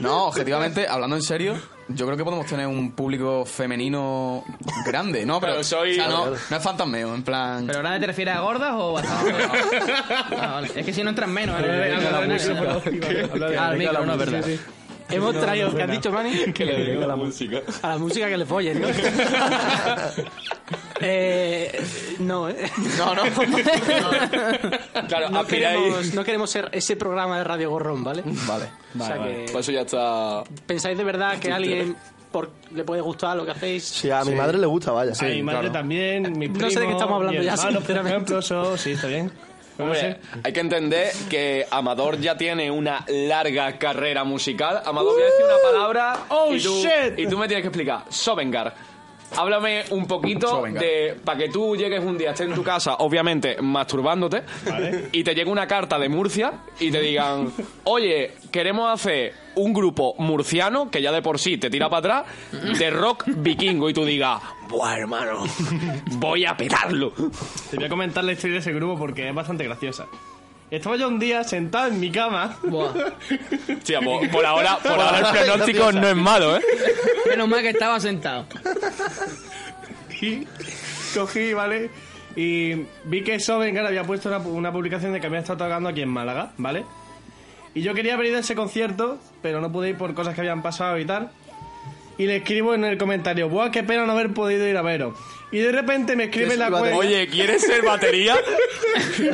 [SPEAKER 5] No, objetivamente, hablando en serio, yo creo que podemos tener un público femenino grande, ¿no? Pero,
[SPEAKER 4] Pero soy-
[SPEAKER 5] o sea, no, no es fantasmeo, en plan...
[SPEAKER 9] ¿Pero ahora te refieres a gordas o a.? Ah, vale. Es que si no entran menos. ¿eh? Ah, al micro, no, es verdad.
[SPEAKER 1] Hemos traído, ¿qué has dicho, Manny?
[SPEAKER 4] Que le venga la música.
[SPEAKER 1] A la música que le follen, ¿no? eh, no, ¿eh?
[SPEAKER 5] No, no.
[SPEAKER 4] Claro,
[SPEAKER 1] no,
[SPEAKER 4] aspiráis-
[SPEAKER 1] queremos, no queremos ser ese programa de Radio Gorrón, ¿vale?
[SPEAKER 5] Vale,
[SPEAKER 1] O sea que-
[SPEAKER 4] Pues eso ya está.
[SPEAKER 1] ¿Pensáis de verdad que a alguien por- le puede gustar lo que hacéis?
[SPEAKER 7] Sí, a mi madre le gusta, vaya.
[SPEAKER 3] a mi madre también, mi primo,
[SPEAKER 1] No sé de qué estamos hablando
[SPEAKER 3] mi
[SPEAKER 1] ya,
[SPEAKER 3] hermano, por
[SPEAKER 1] sinceramente.
[SPEAKER 3] ejemplo, eso, sí, está bien. No
[SPEAKER 4] Hombre,
[SPEAKER 3] sé.
[SPEAKER 4] hay que entender que Amador ya tiene una larga carrera musical. Amador, voy a decir una palabra
[SPEAKER 3] Oh,
[SPEAKER 4] y, tú,
[SPEAKER 3] shit.
[SPEAKER 4] y tú me tienes que explicar. Sovengar. Háblame un poquito
[SPEAKER 5] Sovengar.
[SPEAKER 4] de... Para que tú llegues un día, estés en tu casa, obviamente masturbándote, y te llegue una carta de Murcia y te digan, oye, queremos hacer un grupo murciano, que ya de por sí te tira para atrás, de rock vikingo, y tú digas, buah, hermano, voy a petarlo.
[SPEAKER 3] Te voy a comentar la historia de ese grupo porque es bastante graciosa. Estaba yo un día sentado en mi cama.
[SPEAKER 4] Tía, por, por ahora, por ahora el pronóstico no es malo, ¿eh?
[SPEAKER 9] Menos mal que estaba sentado.
[SPEAKER 3] y cogí, ¿vale? Y vi que Sovengar había puesto una, una publicación de que había estado tocando aquí en Málaga, ¿vale? Y yo quería haber ido a ese concierto, pero no pude ir por cosas que habían pasado y tal. Y le escribo en el comentario, ¡buah, qué pena no haber podido ir a veros! Y de repente me escribe en la cuenta...
[SPEAKER 4] Oye, ¿quieres ser batería?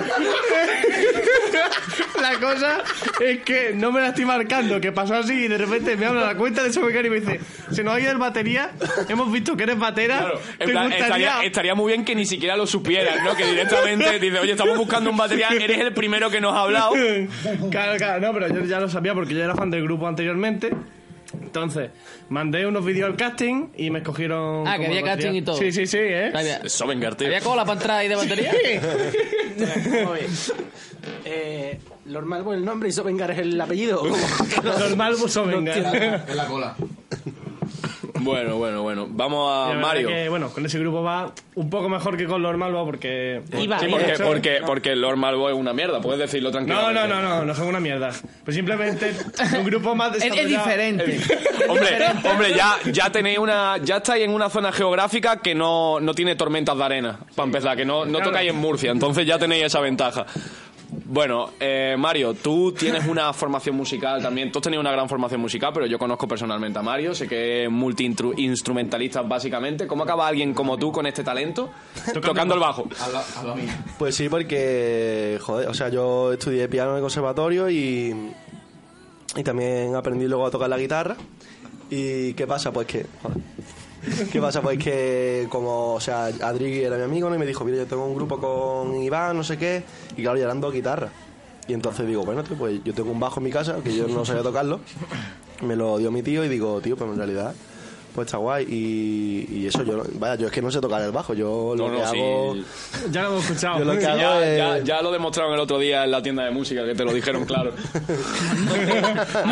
[SPEAKER 3] La cosa es que no me la estoy marcando, que pasó así y de repente me habla la cuenta de Sovengar y me dice, se nos ha ido el batería, hemos visto que eres batera,
[SPEAKER 4] Claro, en
[SPEAKER 3] te
[SPEAKER 4] plan,
[SPEAKER 3] gustaría...
[SPEAKER 4] estaría, estaría muy bien que ni siquiera lo supieras, ¿no? Que directamente dice, oye, estamos buscando un batería, eres el primero que nos ha hablado.
[SPEAKER 3] Claro, claro, no, pero yo ya lo sabía porque yo era fan del grupo anteriormente. Entonces, mandé unos vídeos al casting y me escogieron.
[SPEAKER 9] Ah, que
[SPEAKER 3] como
[SPEAKER 9] había
[SPEAKER 3] batería.
[SPEAKER 9] casting y todo.
[SPEAKER 3] Sí, sí, sí, ¿eh?
[SPEAKER 9] Había,
[SPEAKER 4] Sovengar, tío.
[SPEAKER 9] había cola para entrar ahí de batería.
[SPEAKER 1] Muy bien. Eh, normal bueno, el nombre y Sovengar es el apellido.
[SPEAKER 3] Normal, pues venga.
[SPEAKER 5] Es la cola.
[SPEAKER 4] Bueno, bueno, bueno. Vamos a Mario.
[SPEAKER 3] Que, bueno, con ese grupo va un poco mejor que con Lord Malvo porque.
[SPEAKER 1] Iba,
[SPEAKER 4] Sí,
[SPEAKER 1] iba.
[SPEAKER 4] porque,
[SPEAKER 3] eso-
[SPEAKER 4] porque, porque Lord Malvo es una mierda, puedes decirlo
[SPEAKER 3] No,
[SPEAKER 4] tranquilamente.
[SPEAKER 3] no, no, no, no son una mierda. Pues simplemente un grupo más
[SPEAKER 9] Es,
[SPEAKER 3] desarrollado.
[SPEAKER 9] es diferente.
[SPEAKER 4] Hombre, hombre, ya, ya tenéis una, ya estáis en una zona geográfica que no, no tiene tormentas de arena, para empezar, que no, no
[SPEAKER 3] Claro.
[SPEAKER 4] tocáis en Murcia, entonces ya tenéis esa ventaja. Bueno, eh, Mario, tú tienes una formación musical también, tú has tenido una gran formación musical, pero yo conozco personalmente a Mario, sé que es multi-instrumentalista básicamente. ¿Cómo acaba alguien como tú con este talento? Tocando el bajo.
[SPEAKER 5] Habla, habla a mí.
[SPEAKER 7] Pues sí, porque, joder, o sea, yo estudié piano en el conservatorio y, y también aprendí luego a tocar la guitarra. ¿Y qué pasa? Pues que, joder. ¿Qué pasa? Pues que como, o sea, Adri era mi amigo ¿no? y me dijo, mira, yo tengo un grupo con Iván, no sé qué, y claro, ya eran dos guitarras. Y entonces digo, bueno, tío, pues yo tengo un bajo en mi casa, que yo no sabía tocarlo, me lo dio mi tío y digo, tío, pues en realidad, pues está guay. Y, y eso, yo, no- vaya, yo es que no sé tocar el bajo, yo lo
[SPEAKER 4] No,
[SPEAKER 7] que
[SPEAKER 4] no, sí.
[SPEAKER 7] hago...
[SPEAKER 3] Ya lo hemos
[SPEAKER 9] Ah,
[SPEAKER 3] escuchado.
[SPEAKER 7] Yo lo que hago
[SPEAKER 4] Ya,
[SPEAKER 7] es-
[SPEAKER 4] ya- ya lo demostraron el otro día en la tienda de música, que te lo dijeron claro.
[SPEAKER 9] No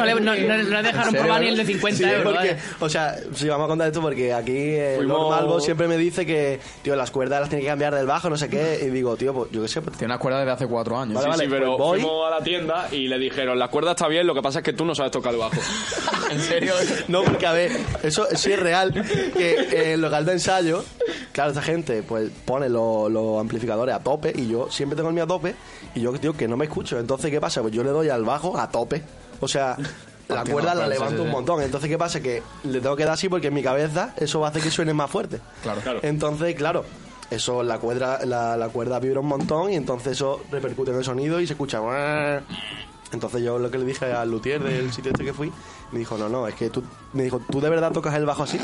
[SPEAKER 9] le, no, no- no le dejaron
[SPEAKER 7] ¿En serio?
[SPEAKER 9] probar ni el de 50
[SPEAKER 7] Sí, es
[SPEAKER 9] euros.
[SPEAKER 7] porque-
[SPEAKER 9] vaya.
[SPEAKER 7] O sea, si vamos a contar esto porque aquí eh,
[SPEAKER 4] Fuimos-
[SPEAKER 7] Lord Malvo siempre me dice que, tío, las cuerdas las tiene que cambiar del bajo, no sé qué, y digo, tío, pues yo qué sé, pues...
[SPEAKER 5] Tiene una cuerda desde hace cuatro años.
[SPEAKER 7] Vale,
[SPEAKER 4] Sí,
[SPEAKER 7] vale,
[SPEAKER 4] sí, pero
[SPEAKER 7] pues voy.
[SPEAKER 4] fuimos a la tienda y le dijeron, la cuerda está bien, lo que pasa es que tú no sabes tocar el bajo.
[SPEAKER 5] ¿En serio?
[SPEAKER 7] No, porque a ver, eso sí es real, que eh, el local de ensayo, claro, esta gente pues pone lo- los amplificadores a tope y yo siempre tengo el mío a tope y yo, tío, que no me escucho. Entonces, ¿qué pasa? Pues yo le doy al bajo a tope. O sea, la
[SPEAKER 5] Partiendo
[SPEAKER 7] cuerda la
[SPEAKER 5] la cuerda, Ah, sí,
[SPEAKER 7] levanto
[SPEAKER 5] sí,
[SPEAKER 7] un
[SPEAKER 5] sí.
[SPEAKER 7] montón. Entonces, ¿qué pasa? Que le tengo que dar así porque en mi cabeza eso va a hacer que suene más fuerte.
[SPEAKER 5] Claro.
[SPEAKER 4] Claro.
[SPEAKER 7] Entonces, claro, eso la cuerda, la, la cuerda vibra un montón y entonces eso repercute en el sonido y se escucha. "Guau". Entonces yo lo que le dije al luthier del sitio este que fui, me dijo, no, no, es que tú, me dijo, ¿tú de verdad tocas el bajo así?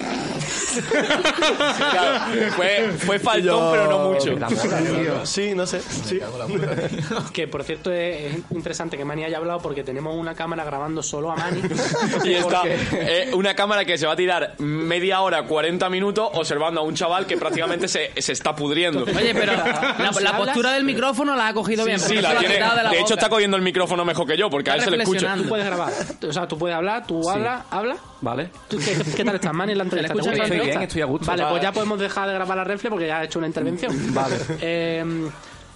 [SPEAKER 4] fue, fue faltón,
[SPEAKER 7] Y yo-
[SPEAKER 4] pero no mucho.
[SPEAKER 7] Sí, no sé. Sí.
[SPEAKER 1] que por cierto es, es interesante que Mani haya hablado porque tenemos una cámara grabando solo a Mani.
[SPEAKER 4] Y está
[SPEAKER 1] Porque-
[SPEAKER 4] eh, una cámara que se va a tirar media hora, 40 minutos, observando a un chaval que prácticamente se, se está pudriendo.
[SPEAKER 9] Oye, pero la,
[SPEAKER 4] Si
[SPEAKER 9] la
[SPEAKER 4] hablas-
[SPEAKER 9] postura del micrófono la ha cogido bien.
[SPEAKER 4] Sí,
[SPEAKER 9] porque
[SPEAKER 4] la
[SPEAKER 9] se lo ha
[SPEAKER 4] tiene-
[SPEAKER 9] quitado
[SPEAKER 4] de,
[SPEAKER 9] la
[SPEAKER 4] hecho,
[SPEAKER 9] boca.
[SPEAKER 4] está cogiendo el micrófono mejor que yo, porque a él se le escucha.
[SPEAKER 1] Tú puedes grabar. O sea, tú puedes hablar, tú
[SPEAKER 4] Sí.
[SPEAKER 1] habla, habla.
[SPEAKER 6] Vale.
[SPEAKER 1] ¿Tú qué, qué tal estás, Mani, en la entrevista?
[SPEAKER 6] Se le escucha
[SPEAKER 1] ¿Te gusta
[SPEAKER 6] bien.
[SPEAKER 1] la
[SPEAKER 6] Estoy
[SPEAKER 1] entrevista?
[SPEAKER 6] bien, estoy a gusto.
[SPEAKER 1] Vale,
[SPEAKER 6] Vale.
[SPEAKER 1] pues ya podemos dejar de grabar la refle porque ya ha hecho una intervención.
[SPEAKER 6] Vale.
[SPEAKER 1] Eh,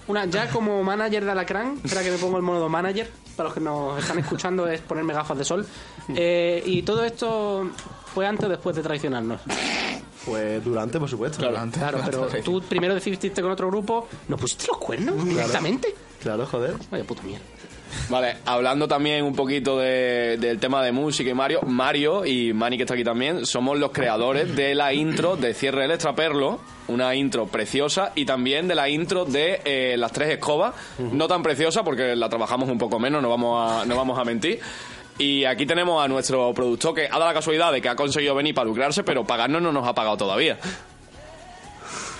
[SPEAKER 1] una, ya como manager de Alacrán, espera que me pongo el modo manager, para los que nos están escuchando es ponerme gafas de sol.
[SPEAKER 4] Mm.
[SPEAKER 1] Eh, y todo esto fue antes o después de traicionarnos.
[SPEAKER 7] Pues durante, por supuesto. Durante,
[SPEAKER 1] Claro, pero tú primero decidiste con otro grupo, ¿nos pusiste los cuernos directamente?
[SPEAKER 7] Claro, joder.
[SPEAKER 1] Vaya puta mierda.
[SPEAKER 4] Vale, hablando también un poquito de- del tema de música y Mario, Mario y Mani que está aquí también, somos los creadores de la intro de Cierre del Extraperlo, una intro preciosa, y también de la intro de eh, Las Tres Escobas, no tan preciosa porque la trabajamos un poco menos, no vamos a, no vamos a mentir. Y aquí tenemos a nuestro productor que ha dado la casualidad de que ha conseguido venir para lucrarse, pero pagarnos no nos ha pagado todavía.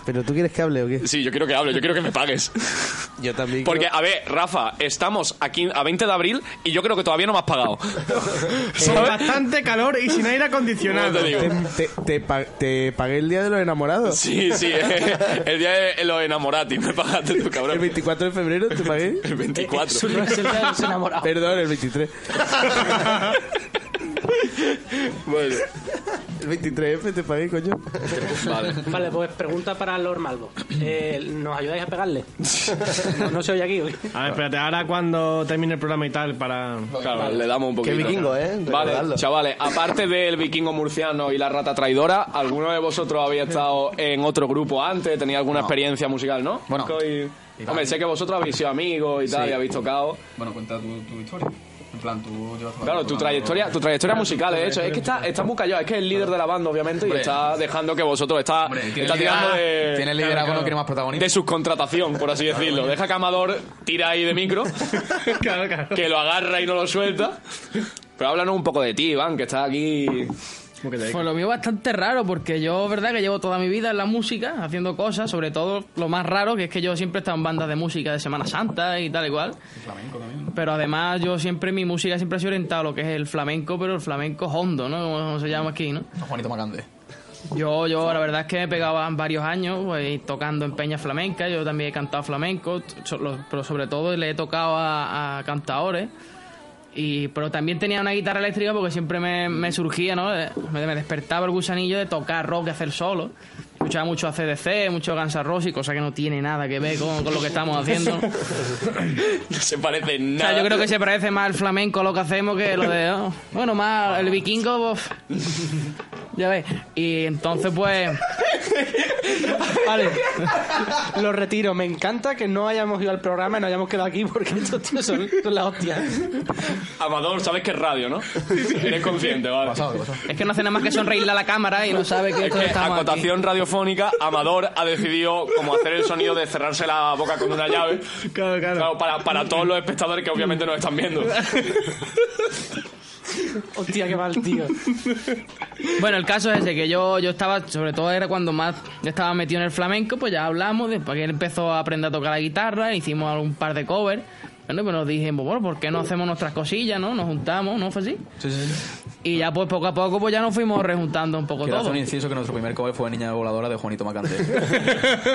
[SPEAKER 8] ¿Pero tú quieres que hable o qué?
[SPEAKER 4] Sí, yo quiero que hable, yo quiero que me pagues.
[SPEAKER 8] Yo también
[SPEAKER 4] Porque, Eh, a ver, Rafa, estamos aquí a 20 de abril y yo creo que todavía no me has pagado.
[SPEAKER 3] Con bastante calor y sin aire acondicionado.
[SPEAKER 8] ¿Te, te pa- te pagué el día de los enamorados?
[SPEAKER 4] Sí, sí, eh, el día de los enamorati me pagaste tú, cabrón.
[SPEAKER 8] ¿El 24 de febrero te pagué?
[SPEAKER 4] El 24.
[SPEAKER 8] Eso no es el día de los
[SPEAKER 1] enamorados.
[SPEAKER 8] Perdón, el 23.
[SPEAKER 4] bueno.
[SPEAKER 8] El 23F te pagué, coño.
[SPEAKER 4] Vale.
[SPEAKER 1] Vale, pues pregunta para Lord Malvo. Eh, ¿Nos ayudáis a pegarle? No, no se oye aquí. ¿o qué?
[SPEAKER 3] A ver, espérate, ahora cuando termine el programa y tal, para.
[SPEAKER 4] Claro, le damos un poquito. Vale,
[SPEAKER 3] Recordarlo.
[SPEAKER 4] chavales, aparte del vikingo murciano y la rata traidora, ¿alguno de vosotros había estado en otro grupo antes? ¿Tenía alguna
[SPEAKER 5] No.
[SPEAKER 4] experiencia musical, no?
[SPEAKER 5] Bueno.
[SPEAKER 4] Coy- Hombre, sé que vosotros habéis sido amigos y tal,
[SPEAKER 5] Sí.
[SPEAKER 4] y habéis tocado.
[SPEAKER 5] Bueno, cuenta tu, tu historia. En plan, tú llevas
[SPEAKER 4] Claro, tu trayectoria, tu trayectoria musical, de hecho. Es que está, está muy callado, es que es el líder de la banda, obviamente, y
[SPEAKER 5] Hombre.
[SPEAKER 4] está dejando que vosotros está,
[SPEAKER 5] tiene
[SPEAKER 4] está tirando
[SPEAKER 5] liderazgo-
[SPEAKER 4] de.
[SPEAKER 5] tiene liderazgo, no quiere más protagonismo.
[SPEAKER 4] De subcontratación, por así decirlo. Deja que Amador tira ahí de micro, que lo agarra y no lo suelta. Pero háblanos un poco de ti, Iván, que está aquí.
[SPEAKER 9] Pues lo mío bastante raro, porque yo, verdad, que llevo toda mi vida en la música, haciendo cosas, sobre todo lo más raro, que es que yo siempre he estado en bandas de música de Semana Santa y tal y cual. Pero además yo siempre, mi música siempre ha sido orientada a lo que es el flamenco, pero el flamenco hondo, ¿no? Como, como se llama aquí, ¿no?
[SPEAKER 5] Juanito Macande.
[SPEAKER 9] Yo, yo, la verdad es que me pegaba varios años pues, tocando en peña flamenca, yo también he cantado flamenco, so- lo- pero sobre todo le he tocado a, a cantaores. Y, pero también tenía una guitarra eléctrica porque siempre me, me surgía, ¿no? Eh, Me, me despertaba el gusanillo de tocar rock y hacer solo. Escuchaba mucho ACDC, mucho Guns N' Roses, cosa que no tiene nada que ver con, con lo que estamos haciendo.
[SPEAKER 4] No se parece en
[SPEAKER 9] O
[SPEAKER 4] nada.
[SPEAKER 9] sea, yo creo que se parece más el flamenco a lo que hacemos que lo de... oh, bueno, más el vikingo, pues, ya ves. Y entonces, pues...
[SPEAKER 1] Vale. Lo retiro. Me encanta que no hayamos ido al programa y nos hayamos quedado aquí porque estos tíos son, son la hostia.
[SPEAKER 4] Amador, sabes que es radio, ¿no? Eres consciente, vale.
[SPEAKER 9] Es que no hace nada más que sonreírle a la cámara y no sabe que
[SPEAKER 4] Es
[SPEAKER 9] esto
[SPEAKER 4] que,
[SPEAKER 9] estamos aquí.
[SPEAKER 4] acotación radiofónica, Amador ha decidido como hacer el sonido de cerrarse la boca con una llave.
[SPEAKER 3] Claro, claro.
[SPEAKER 4] para, para todos los espectadores que obviamente nos están viendo.
[SPEAKER 1] Hostia, qué mal, tío.
[SPEAKER 9] Bueno, el caso es ese, que yo, yo estaba, sobre todo era cuando más estaba metido en el flamenco, pues ya hablamos, después que él empezó a aprender a tocar la guitarra, hicimos algún par de covers. Bueno, pues nos dijimos, bueno, ¿por qué no hacemos nuestras cosillas, no? Nos juntamos, ¿no? Fue así.
[SPEAKER 5] Sí, sí, sí.
[SPEAKER 9] Y ya pues poco a poco pues ya nos fuimos rejuntando un poco
[SPEAKER 5] Quiero hacer
[SPEAKER 9] todos.
[SPEAKER 5] un inciso que nuestro primer cover fue Niña Voladora de Juanito Macante.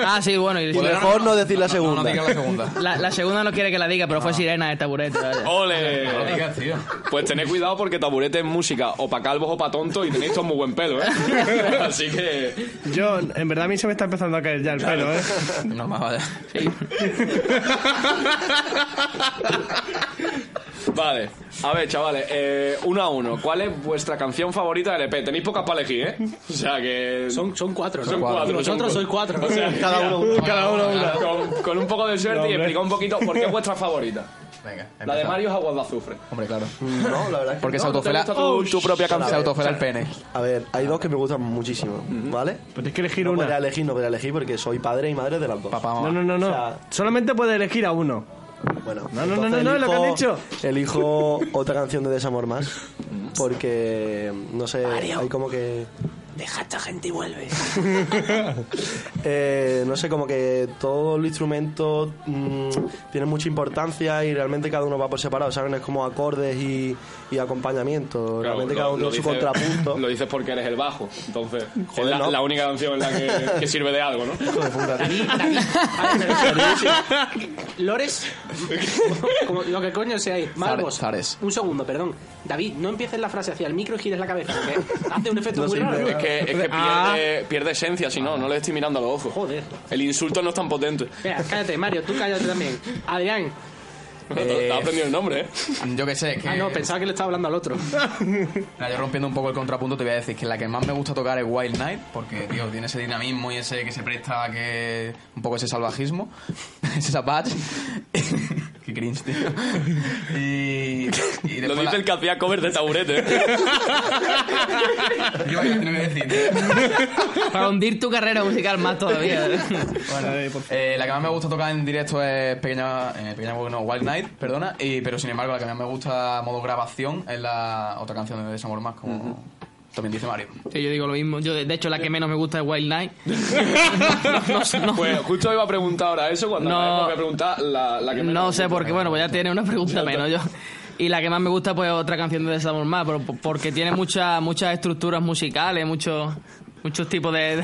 [SPEAKER 9] Ah, sí, bueno. Y
[SPEAKER 5] Pues mejor no decir la segunda. No, no digas la segunda.
[SPEAKER 9] La, la segunda no quiere que la diga, pero fue Sirena de Taburete. vaya.
[SPEAKER 4] ¡Ole!
[SPEAKER 9] No lo digas,
[SPEAKER 5] tío.
[SPEAKER 4] Pues tened cuidado porque taburete es música o para calvos o para tontos y tenéis todos muy buen pelo, ¿eh? Así que...
[SPEAKER 3] Yo, en verdad, a mí se me está empezando a caer ya el pelo, ¿eh?
[SPEAKER 5] No más, vale.
[SPEAKER 4] Vale. A ver, chavales, eh, uno a uno. ¿Cuál es vuestra canción favorita del EP? Tenéis pocas para elegir, ¿eh? O sea que...
[SPEAKER 1] Son, son cuatro, ¿no?
[SPEAKER 4] Son cuatro. son
[SPEAKER 1] Vosotros sois cuatro.
[SPEAKER 4] O sea,
[SPEAKER 1] Cada uno una.
[SPEAKER 4] Cada uno una. Con, con un poco de
[SPEAKER 1] No,
[SPEAKER 4] suerte y
[SPEAKER 1] hombre.
[SPEAKER 4] explica un poquito por qué es vuestra favorita.
[SPEAKER 5] Venga.
[SPEAKER 4] La de
[SPEAKER 5] empezamos.
[SPEAKER 4] Mario es aguas de azufre.
[SPEAKER 5] Hombre, claro.
[SPEAKER 7] No, la verdad es que
[SPEAKER 5] Porque
[SPEAKER 7] no.
[SPEAKER 5] se autofela
[SPEAKER 7] ¿Te gusta tu- tu propia canción?
[SPEAKER 5] Se autofela el pene.
[SPEAKER 7] A ver, hay dos que me gustan muchísimo, ¿vale?
[SPEAKER 3] Pero es que elegir
[SPEAKER 7] no
[SPEAKER 3] una.
[SPEAKER 7] podría elegir, no podría elegir porque soy padre y madre de las dos.
[SPEAKER 3] No, no, no, no.
[SPEAKER 7] O sea,
[SPEAKER 3] Solamente puedes elegir a uno.
[SPEAKER 7] bueno,
[SPEAKER 3] No, no, no,
[SPEAKER 7] entonces
[SPEAKER 3] no, no, es lo que has
[SPEAKER 7] elijo-
[SPEAKER 3] dicho.
[SPEAKER 7] Elijo otra canción de Desamor más porque, no sé,
[SPEAKER 10] Mario.
[SPEAKER 7] hay como que...
[SPEAKER 10] Deja a esta gente y vuelve.
[SPEAKER 7] Eh, no sé, como que todos los instrumentos mm, tienen mucha importancia y realmente cada uno va por separado, ¿saben? Es como acordes y, y acompañamiento.
[SPEAKER 4] Claro,
[SPEAKER 7] realmente
[SPEAKER 4] lo-
[SPEAKER 7] cada uno
[SPEAKER 4] lo
[SPEAKER 7] tiene su
[SPEAKER 4] dices-
[SPEAKER 7] contrapunto.
[SPEAKER 4] Lo dices porque eres el bajo. Entonces,
[SPEAKER 7] Joder,
[SPEAKER 4] es la,
[SPEAKER 7] no.
[SPEAKER 4] la única canción en la que, que sirve de algo, ¿no?
[SPEAKER 1] Lores, como lo que coño sea ahí. Malvos,
[SPEAKER 5] Zares.
[SPEAKER 1] un segundo, perdón. David, no empieces la frase hacia el micro y gires la cabeza, porque hace un efecto muy raro.
[SPEAKER 4] Es que, es que
[SPEAKER 1] Ah.
[SPEAKER 4] pierde, Eh, pierde esencia, si no, no le estoy mirando a los ojos.
[SPEAKER 1] Joder.
[SPEAKER 4] El insulto no es tan potente.
[SPEAKER 1] Mira, cállate, Mario, tú cállate también. Adrián,
[SPEAKER 4] Te ha aprendido el nombre, ¿eh?
[SPEAKER 5] Yo qué sé, que...
[SPEAKER 1] ah, no, pensaba que le estaba hablando al otro.
[SPEAKER 5] Mira, yo rompiendo un poco el contrapunto te voy a decir que la que más me gusta tocar es Wild Night, porque, tío, tiene ese dinamismo y ese que se presta a que... Un poco ese salvajismo, ese zapatch. Qué cringe, tío. Y... y
[SPEAKER 4] Lo
[SPEAKER 5] después
[SPEAKER 4] dice
[SPEAKER 5] la-
[SPEAKER 4] el que hacía cover de taburete. ¿eh?
[SPEAKER 5] Yo voy a tener que decir.
[SPEAKER 9] Para hundir tu carrera musical más todavía.
[SPEAKER 5] Bueno, eh, la que más me gusta tocar en directo es Pequeña, eh, pequeña no, Wild Night, perdona, y, pero sin embargo la que más me gusta modo grabación es la otra canción de Desamor Más, como también dice Mario.
[SPEAKER 9] Sí, yo digo lo mismo. Yo, de de hecho, la que menos me gusta es Wild Night.
[SPEAKER 4] Pues justo iba a preguntar ahora eso cuando
[SPEAKER 9] No.
[SPEAKER 4] acabamos de preguntar la, la que me-
[SPEAKER 9] No sé por qué, bueno, pues ya tiene una pregunta menos yo. Y la que más me gusta, pues otra canción de Desamor Más, pero por- porque tiene muchas muchas estructuras musicales, muchos muchos tipos de... de-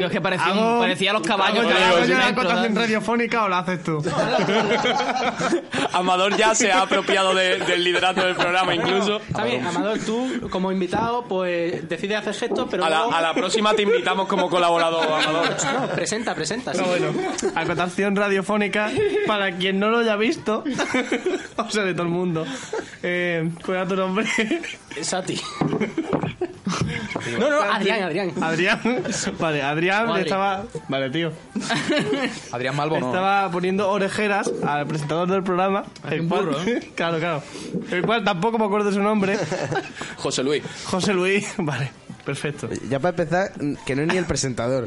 [SPEAKER 9] Yo es que parecía, un-
[SPEAKER 3] Hago-
[SPEAKER 9] parecía los caballos.
[SPEAKER 3] hago
[SPEAKER 9] con
[SPEAKER 3] yo-
[SPEAKER 9] los
[SPEAKER 3] hago yo la
[SPEAKER 9] instrumentos,
[SPEAKER 3] acotación
[SPEAKER 9] ¿no?
[SPEAKER 3] radiofónica o la haces tú?
[SPEAKER 4] Amador ya se ha apropiado de- del liderato del programa incluso.
[SPEAKER 1] Está bien, Amador, tú como invitado, pues decides hacer gestos, pero.
[SPEAKER 4] A la,
[SPEAKER 1] luego-
[SPEAKER 4] a la próxima te invitamos como colaborador, Amador.
[SPEAKER 1] No, presenta, presenta.
[SPEAKER 3] Pero
[SPEAKER 1] sí.
[SPEAKER 3] bueno, acotación radiofónica, para quien no lo haya visto, o sea, de todo el mundo. Eh, ¿Cuál era tu nombre?
[SPEAKER 1] Sati. No, no, Adrián, Adrián.
[SPEAKER 3] Adrián. Vale, Adrián
[SPEAKER 9] Madre.
[SPEAKER 3] le estaba... Vale, tío.
[SPEAKER 5] Adrián Malvo no.
[SPEAKER 3] Estaba poniendo orejeras al presentador del programa.
[SPEAKER 9] un
[SPEAKER 3] cual-
[SPEAKER 9] burro, ¿eh?
[SPEAKER 3] claro, claro. El cual tampoco me acuerdo de su nombre.
[SPEAKER 4] José Luis.
[SPEAKER 3] José Luis. Vale, perfecto.
[SPEAKER 8] Ya para empezar, mm, que no es ni el presentador.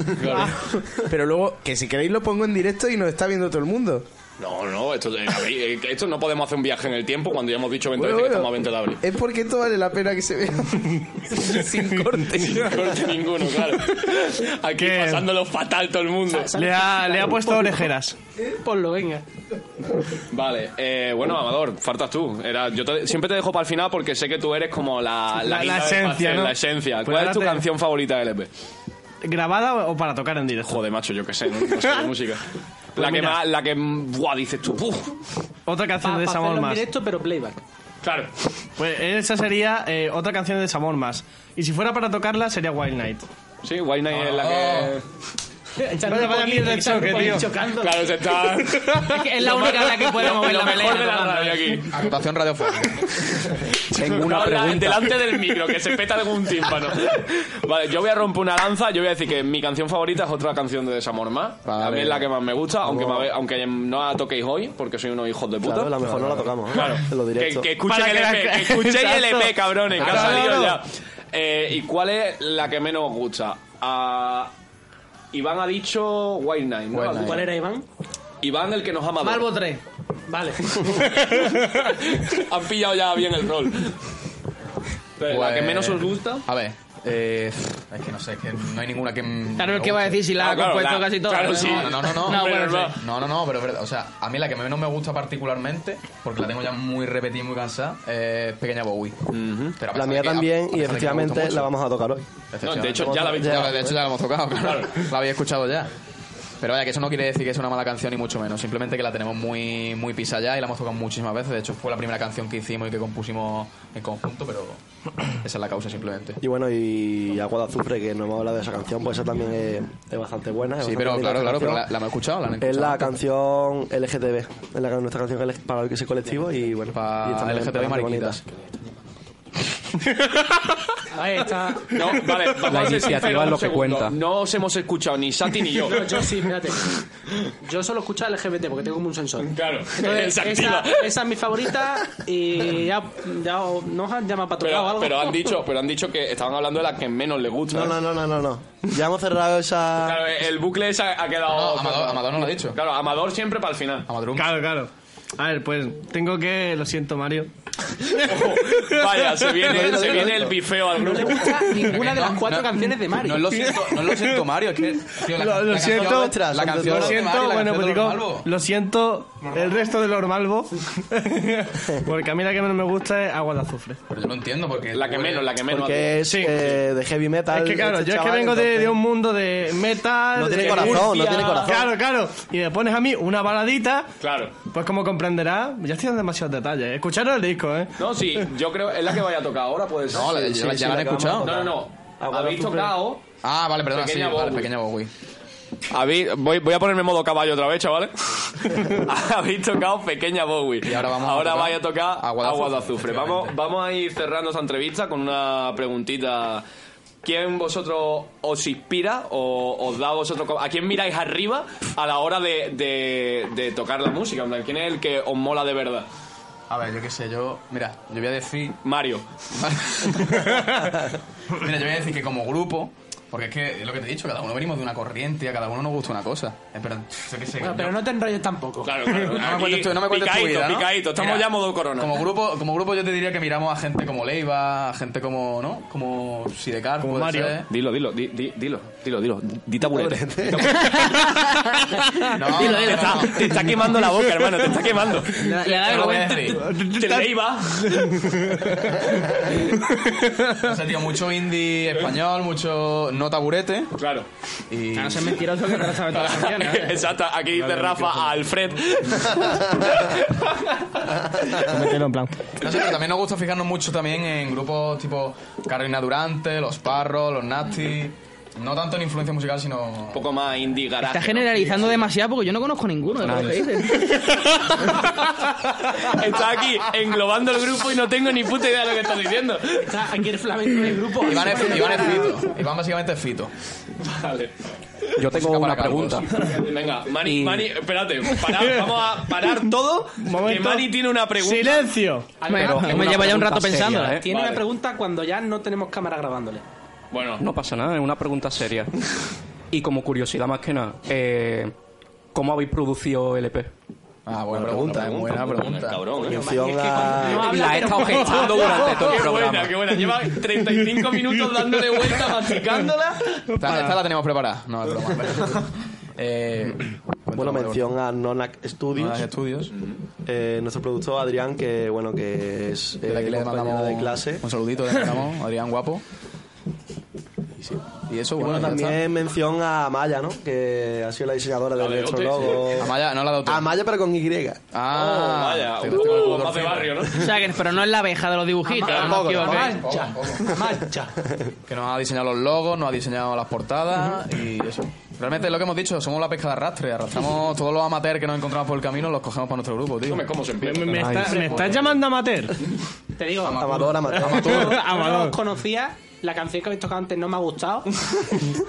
[SPEAKER 8] Pero luego, que si queréis lo pongo en directo y nos está viendo todo el mundo.
[SPEAKER 4] No, no, esto, eh, abrí- eh, esto no podemos hacer un viaje en el tiempo cuando ya hemos dicho 20
[SPEAKER 8] Bueno,
[SPEAKER 4] veces que
[SPEAKER 8] bueno.
[SPEAKER 4] estamos a 20 de abril.
[SPEAKER 8] Es porque esto vale la pena que se vea. Sin corte.
[SPEAKER 4] Corte ninguno, claro. Aquí
[SPEAKER 3] ¿Qué?
[SPEAKER 4] pasándolo fatal todo el mundo.
[SPEAKER 3] Le ha, le ha puesto orejeras.
[SPEAKER 1] Ponlo, venga.
[SPEAKER 4] Vale, eh, bueno, Amador, faltas tú. Era, yo te- siempre te dejo para el final porque sé que tú eres como la,
[SPEAKER 3] La- la
[SPEAKER 4] guinda del
[SPEAKER 3] esencia,
[SPEAKER 4] pastel,
[SPEAKER 3] ¿no?
[SPEAKER 4] la esencia.
[SPEAKER 3] Pues
[SPEAKER 4] ¿Cuál
[SPEAKER 3] ahora
[SPEAKER 4] es tu
[SPEAKER 3] te-
[SPEAKER 4] canción favorita de LP?
[SPEAKER 3] ¿Grabada o- o para tocar en directo?
[SPEAKER 4] Joder, macho, yo qué sé, no, no sé de música. La que
[SPEAKER 3] Pues mira.
[SPEAKER 4] más, la que, buah, dices tú, ¡puf!
[SPEAKER 1] Para
[SPEAKER 3] Otra canción de
[SPEAKER 1] hacerlo
[SPEAKER 3] desamor
[SPEAKER 1] en
[SPEAKER 3] más.
[SPEAKER 1] directo, pero playback.
[SPEAKER 4] Claro.
[SPEAKER 3] Pues esa sería eh, otra canción de desamor más. Y si fuera para tocarla, sería Wild Night.
[SPEAKER 4] Sí, Why Night es la que...
[SPEAKER 1] Echar
[SPEAKER 3] Vaya,
[SPEAKER 1] un
[SPEAKER 3] vaya
[SPEAKER 1] poquito,
[SPEAKER 3] mierda de
[SPEAKER 1] echar un
[SPEAKER 3] choque,
[SPEAKER 1] poquito
[SPEAKER 3] tío.
[SPEAKER 1] chocando.
[SPEAKER 4] Claro, se está...
[SPEAKER 9] Es que es la única en la que puede mover
[SPEAKER 4] lo
[SPEAKER 9] la
[SPEAKER 4] mejor
[SPEAKER 9] melena.
[SPEAKER 4] de la
[SPEAKER 9] tocando.
[SPEAKER 4] oh. radio aquí.
[SPEAKER 5] Actuación radiofónica.
[SPEAKER 4] Tengo una pregunta. Delante del micro, que se peta algún tímpano. Vale, yo voy a romper una lanza. Yo voy a decir que mi canción favorita es otra canción de Desamor Más.
[SPEAKER 5] Vale.
[SPEAKER 4] A mí es la que más me gusta, aunque, me habe- aunque no la toquéis hoy, porque soy unos hijos de puta.
[SPEAKER 7] Claro, a lo mejor no la tocamos. ¿eh?
[SPEAKER 4] Claro.
[SPEAKER 7] En lo
[SPEAKER 4] Que,
[SPEAKER 7] directo.
[SPEAKER 4] que escuchen el
[SPEAKER 3] Para que
[SPEAKER 4] EP,
[SPEAKER 3] la-
[SPEAKER 4] que escuchen el EP,
[SPEAKER 3] Exacto.
[SPEAKER 4] cabrones, que ha
[SPEAKER 3] Claro,
[SPEAKER 4] salido ya.
[SPEAKER 3] claro.
[SPEAKER 4] Eh, ¿Y cuál es la que menos os gusta? Ah, Iván ha dicho White Night, ¿no?
[SPEAKER 5] White Night.
[SPEAKER 1] ¿Cuál era Iván?
[SPEAKER 4] Iván el que nos ama.
[SPEAKER 9] Malvo 3.
[SPEAKER 1] Vale.
[SPEAKER 4] Han pillado ya bien el rol. Pero La que
[SPEAKER 5] Pues-
[SPEAKER 4] menos os gusta.
[SPEAKER 5] A ver, eh, es que no sé, es que no hay ninguna que... m-
[SPEAKER 9] Claro,
[SPEAKER 5] me
[SPEAKER 9] el que va a
[SPEAKER 5] guste.
[SPEAKER 9] decir si la
[SPEAKER 4] Ah,
[SPEAKER 9] ha
[SPEAKER 4] claro,
[SPEAKER 9] compuesto
[SPEAKER 4] la-
[SPEAKER 9] casi todo.
[SPEAKER 4] claro,
[SPEAKER 9] ¿no?
[SPEAKER 4] sí.
[SPEAKER 5] No, no, no, no.
[SPEAKER 9] No,
[SPEAKER 5] Hombre,
[SPEAKER 9] bueno,
[SPEAKER 5] verdad.
[SPEAKER 9] sí.
[SPEAKER 5] no, no, no, pero es verdad. O sea, a mí la que menos me gusta particularmente, porque la tengo ya muy repetida y muy cansada, es Pequeña Bowie. Pero a pesar
[SPEAKER 7] La
[SPEAKER 5] de
[SPEAKER 7] mía
[SPEAKER 5] que- a-
[SPEAKER 7] también
[SPEAKER 5] a pesar de
[SPEAKER 7] y
[SPEAKER 5] que me gusta
[SPEAKER 7] efectivamente
[SPEAKER 5] mucho.
[SPEAKER 7] la vamos a tocar hoy.
[SPEAKER 4] No,
[SPEAKER 5] Efectivamente.
[SPEAKER 4] de hecho, ya la habéis
[SPEAKER 5] Ya, de hecho, ya la hemos tocado, claro. La habéis escuchado ya. Pero vaya, que eso no quiere decir que es una mala canción, ni mucho menos. Simplemente que la tenemos muy, muy pisa ya y la hemos tocado muchísimas veces. De hecho, fue la primera canción que hicimos y que compusimos en conjunto, pero esa es la causa simplemente.
[SPEAKER 7] Y bueno, y Agua de Azufre, que no hemos hablado de esa canción, pues esa también es, es bastante buena. es
[SPEAKER 5] Sí,
[SPEAKER 7] bastante
[SPEAKER 5] pero
[SPEAKER 7] bonita
[SPEAKER 5] claro,
[SPEAKER 7] esa
[SPEAKER 5] claro, pero la,
[SPEAKER 7] canción.
[SPEAKER 5] la hemos escuchado, la han
[SPEAKER 7] Es la
[SPEAKER 5] escuchado.
[SPEAKER 7] canción LGTB, es la, nuestra canción LG para ese colectivo y bueno,
[SPEAKER 5] Para
[SPEAKER 7] y está
[SPEAKER 5] LGTB
[SPEAKER 7] bastante bonita.
[SPEAKER 5] mariquitas.
[SPEAKER 1] Ahí está.
[SPEAKER 4] No, vale, vamos
[SPEAKER 6] La
[SPEAKER 4] a ser
[SPEAKER 6] iniciativa
[SPEAKER 4] sinceros
[SPEAKER 6] es lo
[SPEAKER 4] un
[SPEAKER 6] que
[SPEAKER 4] segundo.
[SPEAKER 6] cuenta.
[SPEAKER 4] No os hemos escuchado ni Santi ni yo.
[SPEAKER 1] No, yo sí, fíjate. Yo solo escucho LGBT porque tengo como un sensor.
[SPEAKER 4] Claro.
[SPEAKER 1] Entonces,
[SPEAKER 4] Se
[SPEAKER 1] esa,
[SPEAKER 4] activa.
[SPEAKER 1] esa es mi favorita y ya, ya o- nos han llamado para tocar
[SPEAKER 4] Pero,
[SPEAKER 1] algo.
[SPEAKER 4] pero han dicho, pero han dicho que estaban hablando de la que menos le gusta.
[SPEAKER 7] No, no, no, no, no, no. Ya hemos cerrado esa...
[SPEAKER 4] Claro, el bucle ese ha quedado.
[SPEAKER 5] No, Amador- Amador no lo ha dicho.
[SPEAKER 4] Claro, Amador siempre para el final.
[SPEAKER 3] Claro, claro. A ver, pues tengo que. Lo siento, Mario.
[SPEAKER 4] Vaya, se viene, se viene el bifeo al
[SPEAKER 1] No le
[SPEAKER 4] grupo.
[SPEAKER 1] gusta Ah, ninguna de las
[SPEAKER 5] No,
[SPEAKER 1] cuatro
[SPEAKER 5] no,
[SPEAKER 1] canciones de Mario.
[SPEAKER 5] No lo siento, no lo siento, Mario. Es que, tío, la,
[SPEAKER 3] Lo,
[SPEAKER 5] la
[SPEAKER 3] lo
[SPEAKER 5] canción-
[SPEAKER 3] siento,
[SPEAKER 5] la canción
[SPEAKER 3] lo
[SPEAKER 5] de Mario,
[SPEAKER 3] siento,
[SPEAKER 5] la
[SPEAKER 3] bueno,
[SPEAKER 5] canción
[SPEAKER 3] pues
[SPEAKER 5] de los
[SPEAKER 3] digo,
[SPEAKER 5] Malvos.
[SPEAKER 3] lo siento el resto de los malvos, porque a mí la que menos me gusta es agua de azufre.
[SPEAKER 5] Pero yo no entiendo porque.
[SPEAKER 4] La que menos, la que menos.
[SPEAKER 7] Porque es
[SPEAKER 3] Sí.
[SPEAKER 7] eh, de heavy metal.
[SPEAKER 3] es que claro,
[SPEAKER 7] este
[SPEAKER 3] yo es que
[SPEAKER 7] chaval,
[SPEAKER 3] vengo de,
[SPEAKER 7] entonces-
[SPEAKER 3] de un mundo de metal.
[SPEAKER 7] No tiene
[SPEAKER 3] de
[SPEAKER 7] corazón, no
[SPEAKER 3] Murcia.
[SPEAKER 7] tiene corazón.
[SPEAKER 3] Claro, claro. Y me pones a mí una baladita,
[SPEAKER 4] Claro.
[SPEAKER 3] pues como comprenderás, ya estoy dando demasiados detalles. Escucharos el disco, ¿eh.
[SPEAKER 4] No, sí, yo creo es la que vaya a tocar ahora, puede ser.
[SPEAKER 5] No, la-
[SPEAKER 7] sí,
[SPEAKER 5] ya, la-
[SPEAKER 7] sí,
[SPEAKER 5] ya
[SPEAKER 7] la
[SPEAKER 5] la han
[SPEAKER 7] acabamos
[SPEAKER 5] escuchado.
[SPEAKER 4] No, no, no. Habéis
[SPEAKER 3] azufre.
[SPEAKER 4] tocado.
[SPEAKER 5] Ah, vale, perdona,
[SPEAKER 4] Pequeña
[SPEAKER 5] sí, vale,
[SPEAKER 4] Bowie.
[SPEAKER 5] pequeña Bowie.
[SPEAKER 4] Habéis, voy, voy a ponerme en modo caballo otra vez, chavales. habéis tocado Pequeña Bowie.
[SPEAKER 5] Y ahora vamos a tocar
[SPEAKER 4] vais a tocar Agua
[SPEAKER 5] Agua
[SPEAKER 4] de
[SPEAKER 5] de
[SPEAKER 4] Azufre.
[SPEAKER 5] Azufre,
[SPEAKER 4] Vamos,
[SPEAKER 5] efectivamente.
[SPEAKER 4] vamos a ir cerrando esta entrevista con una preguntita. ¿Quién vosotros os inspira o os da a vosotros... co- ¿A quién miráis arriba a la hora de, de- de tocar la música? En plan, ¿Quién es el que os mola de verdad?
[SPEAKER 5] A ver, yo qué sé, yo. Mira, yo voy a decir.
[SPEAKER 4] Mario.
[SPEAKER 5] Mira, yo voy a decir que como grupo, porque es que es lo que te he dicho, cada uno venimos de una corriente, a cada uno nos gusta una cosa. Espera, yo qué sé.
[SPEAKER 1] Bueno, pero
[SPEAKER 5] yo-
[SPEAKER 1] no te enrolles tampoco.
[SPEAKER 4] Claro, claro.
[SPEAKER 5] No me cuentes
[SPEAKER 4] Aquí,
[SPEAKER 5] tu, no me cuentes tu
[SPEAKER 4] picadito,
[SPEAKER 5] vida, ¿no?
[SPEAKER 4] picadito. Estamos
[SPEAKER 5] Mira,
[SPEAKER 4] ya modo corona.
[SPEAKER 5] Como grupo, como grupo yo te diría que miramos a gente como Leiva, a gente como, ¿no? Como Sidecar,
[SPEAKER 3] Como
[SPEAKER 5] puede
[SPEAKER 3] Mario.
[SPEAKER 5] ser.
[SPEAKER 4] Dilo, dilo, di- di- dilo, dilo, dilo. Di taburete. Di taburete.
[SPEAKER 1] Ah,
[SPEAKER 5] No,
[SPEAKER 9] Dilo,
[SPEAKER 4] Te
[SPEAKER 9] dilo.
[SPEAKER 4] está, te está quemando la boca, hermano, te está quemando.
[SPEAKER 9] Le, le da
[SPEAKER 5] Yo lo voy a
[SPEAKER 9] vergüenza.
[SPEAKER 5] decir.
[SPEAKER 4] Te la iba.
[SPEAKER 5] No sé, tío, mucho indie español, mucho no taburete.
[SPEAKER 4] Claro.
[SPEAKER 5] Y...
[SPEAKER 1] No seas mentiroso que te lo sabes todas las canciones. ¿eh?
[SPEAKER 4] Exacto, aquí dice Rafa a Alfred.
[SPEAKER 3] Mételo en plan.
[SPEAKER 5] No sé, pero también nos gusta fijarnos mucho también en grupos tipo Carolina Durante, Los Parros, Los Nasty. No tanto en influencia musical, sino...
[SPEAKER 4] Un poco más indie garaje.
[SPEAKER 9] Está
[SPEAKER 4] ¿no?
[SPEAKER 9] generalizando demasiado porque yo no conozco ninguno de los que dices.
[SPEAKER 4] Está aquí englobando el grupo y no tengo ni puta idea de lo que estás diciendo.
[SPEAKER 1] Está aquí el flamenco del grupo.
[SPEAKER 5] Iván es, Iván es fito. Iván básicamente es fito.
[SPEAKER 4] Vale.
[SPEAKER 6] Yo tengo
[SPEAKER 5] Música
[SPEAKER 6] una
[SPEAKER 5] para
[SPEAKER 6] pregunta.
[SPEAKER 4] Venga, Mani, Mani, espérate. parad, vamos a parar todo. Que Mani tiene una pregunta.
[SPEAKER 3] ¡Silencio!
[SPEAKER 9] Pero
[SPEAKER 6] es
[SPEAKER 9] me
[SPEAKER 6] una
[SPEAKER 9] lleva ya un
[SPEAKER 6] pregunta
[SPEAKER 9] rato
[SPEAKER 6] seria,
[SPEAKER 9] pensando.
[SPEAKER 6] ¿eh?
[SPEAKER 1] Tiene
[SPEAKER 4] Vale.
[SPEAKER 1] una pregunta cuando ya no tenemos cámara grabándole.
[SPEAKER 4] Bueno,
[SPEAKER 6] No pasa nada, es una pregunta seria. Y como curiosidad más que nada, eh, ¿cómo habéis producido el E EP?
[SPEAKER 5] Ah, buena pregunta, buena pregunta.
[SPEAKER 4] cabrón, ¿eh?
[SPEAKER 7] Mención a-
[SPEAKER 6] La he estado gestando durante todo el
[SPEAKER 4] Qué
[SPEAKER 6] programa.
[SPEAKER 4] buena, qué buena. Lleva 35 minutos dándole vuelta, masticándola.
[SPEAKER 5] Esta, esta la tenemos preparada. No, es broma. eh,
[SPEAKER 7] Bueno,
[SPEAKER 5] cuéntame,
[SPEAKER 7] mención a Nonac
[SPEAKER 5] bueno.
[SPEAKER 7] Studios,
[SPEAKER 5] Nuevas estudios.
[SPEAKER 7] eh, nuestro productor Adrián, que bueno, que es eh,
[SPEAKER 5] Desde aquí le
[SPEAKER 7] compañero
[SPEAKER 5] mandamos
[SPEAKER 7] de clase.
[SPEAKER 5] Un saludito, le mandamos. Adrián Guapo. Y, sí. Y eso,
[SPEAKER 7] Bueno,
[SPEAKER 5] bueno, ya
[SPEAKER 7] también
[SPEAKER 5] está.
[SPEAKER 7] mención a Amaya, ¿no? Que ha sido la diseñadora de
[SPEAKER 4] de
[SPEAKER 7] nuestro
[SPEAKER 4] Otis,
[SPEAKER 7] logo.
[SPEAKER 5] Amaya, no la ha dado tú.
[SPEAKER 7] Amaya, pero con Y.
[SPEAKER 5] Ah,
[SPEAKER 4] eh, Oh, vaya.
[SPEAKER 5] te- te- te-
[SPEAKER 4] Uh,
[SPEAKER 5] te-
[SPEAKER 4] más de barrio, ¿no?
[SPEAKER 9] O sea, que, pero no es la abeja de los dibujitos.
[SPEAKER 1] Ah,
[SPEAKER 4] Ama-
[SPEAKER 9] no,
[SPEAKER 5] tampoco,
[SPEAKER 9] tío,
[SPEAKER 5] tampoco.
[SPEAKER 9] ¿eh?
[SPEAKER 5] Poco, poco. Que nos ha diseñado los logos, nos ha diseñado las portadas y eso. Realmente es lo que hemos dicho, somos la pesca de arrastre. Arrastramos todos los amateurs que nos encontramos por el camino, los cogemos para nuestro grupo, tío.
[SPEAKER 4] Come, ¿Cómo se
[SPEAKER 3] Me,
[SPEAKER 4] empieza?
[SPEAKER 3] me- me
[SPEAKER 6] Ay,
[SPEAKER 3] está-
[SPEAKER 6] sí.
[SPEAKER 3] me estás llamando amateur.
[SPEAKER 1] Te digo,
[SPEAKER 7] Amador, Amador.
[SPEAKER 1] yo no
[SPEAKER 3] Amador.
[SPEAKER 1] conocía la canción que habéis tocado antes, no me ha gustado,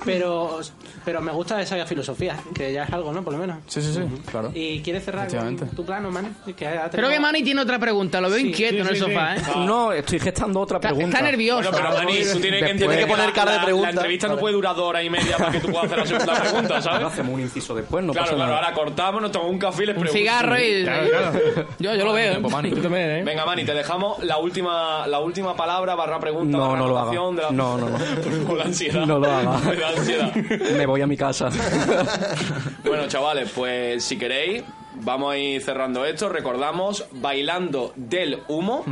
[SPEAKER 1] pero, pero me gusta esa filosofía, que ya es algo, ¿no? Por lo menos.
[SPEAKER 5] Sí, sí, sí, claro.
[SPEAKER 1] ¿Y quieres cerrar con
[SPEAKER 5] Efectivamente.
[SPEAKER 1] tu plano, man? Que ha
[SPEAKER 9] Creo
[SPEAKER 1] tenido-
[SPEAKER 9] que Manny tiene otra pregunta. Lo veo
[SPEAKER 1] Sí,
[SPEAKER 9] inquieto
[SPEAKER 3] sí,
[SPEAKER 9] en el
[SPEAKER 3] sí,
[SPEAKER 9] sofá, ¿eh?
[SPEAKER 3] sí.
[SPEAKER 6] No, estoy gestando otra
[SPEAKER 9] Está,
[SPEAKER 6] pregunta.
[SPEAKER 9] está nervioso.
[SPEAKER 4] Bueno, pero Mani, tú tienes que
[SPEAKER 6] Después-
[SPEAKER 4] entender
[SPEAKER 6] Tienes que
[SPEAKER 7] poner
[SPEAKER 4] la-
[SPEAKER 7] cara de
[SPEAKER 4] Pues, la-
[SPEAKER 7] pregunta.
[SPEAKER 4] La entrevista no
[SPEAKER 7] Vale.
[SPEAKER 4] puede durar dos horas y media para que tú puedas hacer la segunda pregunta,
[SPEAKER 6] Ahora
[SPEAKER 4] ¿sabes?
[SPEAKER 6] hacemos un inciso después, no
[SPEAKER 4] Claro,
[SPEAKER 6] pasa
[SPEAKER 4] claro,
[SPEAKER 6] nada.
[SPEAKER 4] ahora cortamos, nos tomamos un café y les
[SPEAKER 9] Un
[SPEAKER 4] pregunto.
[SPEAKER 9] cigarro y... Yo, yo lo veo.
[SPEAKER 5] Tiempo, Mani.
[SPEAKER 3] Tú también, ¿eh?
[SPEAKER 4] Venga, Mani, te dejamos la última, la última palabra barra pregunta.
[SPEAKER 6] No,
[SPEAKER 4] barra
[SPEAKER 6] no lo haga.
[SPEAKER 4] anotación De la...
[SPEAKER 6] No, no, no.
[SPEAKER 4] Por la ansiedad.
[SPEAKER 6] No lo haga.
[SPEAKER 4] Me da ansiedad.
[SPEAKER 6] Me voy a mi casa.
[SPEAKER 4] Bueno, chavales, pues si queréis, vamos a ir cerrando esto. Recordamos, Bailando del Humo.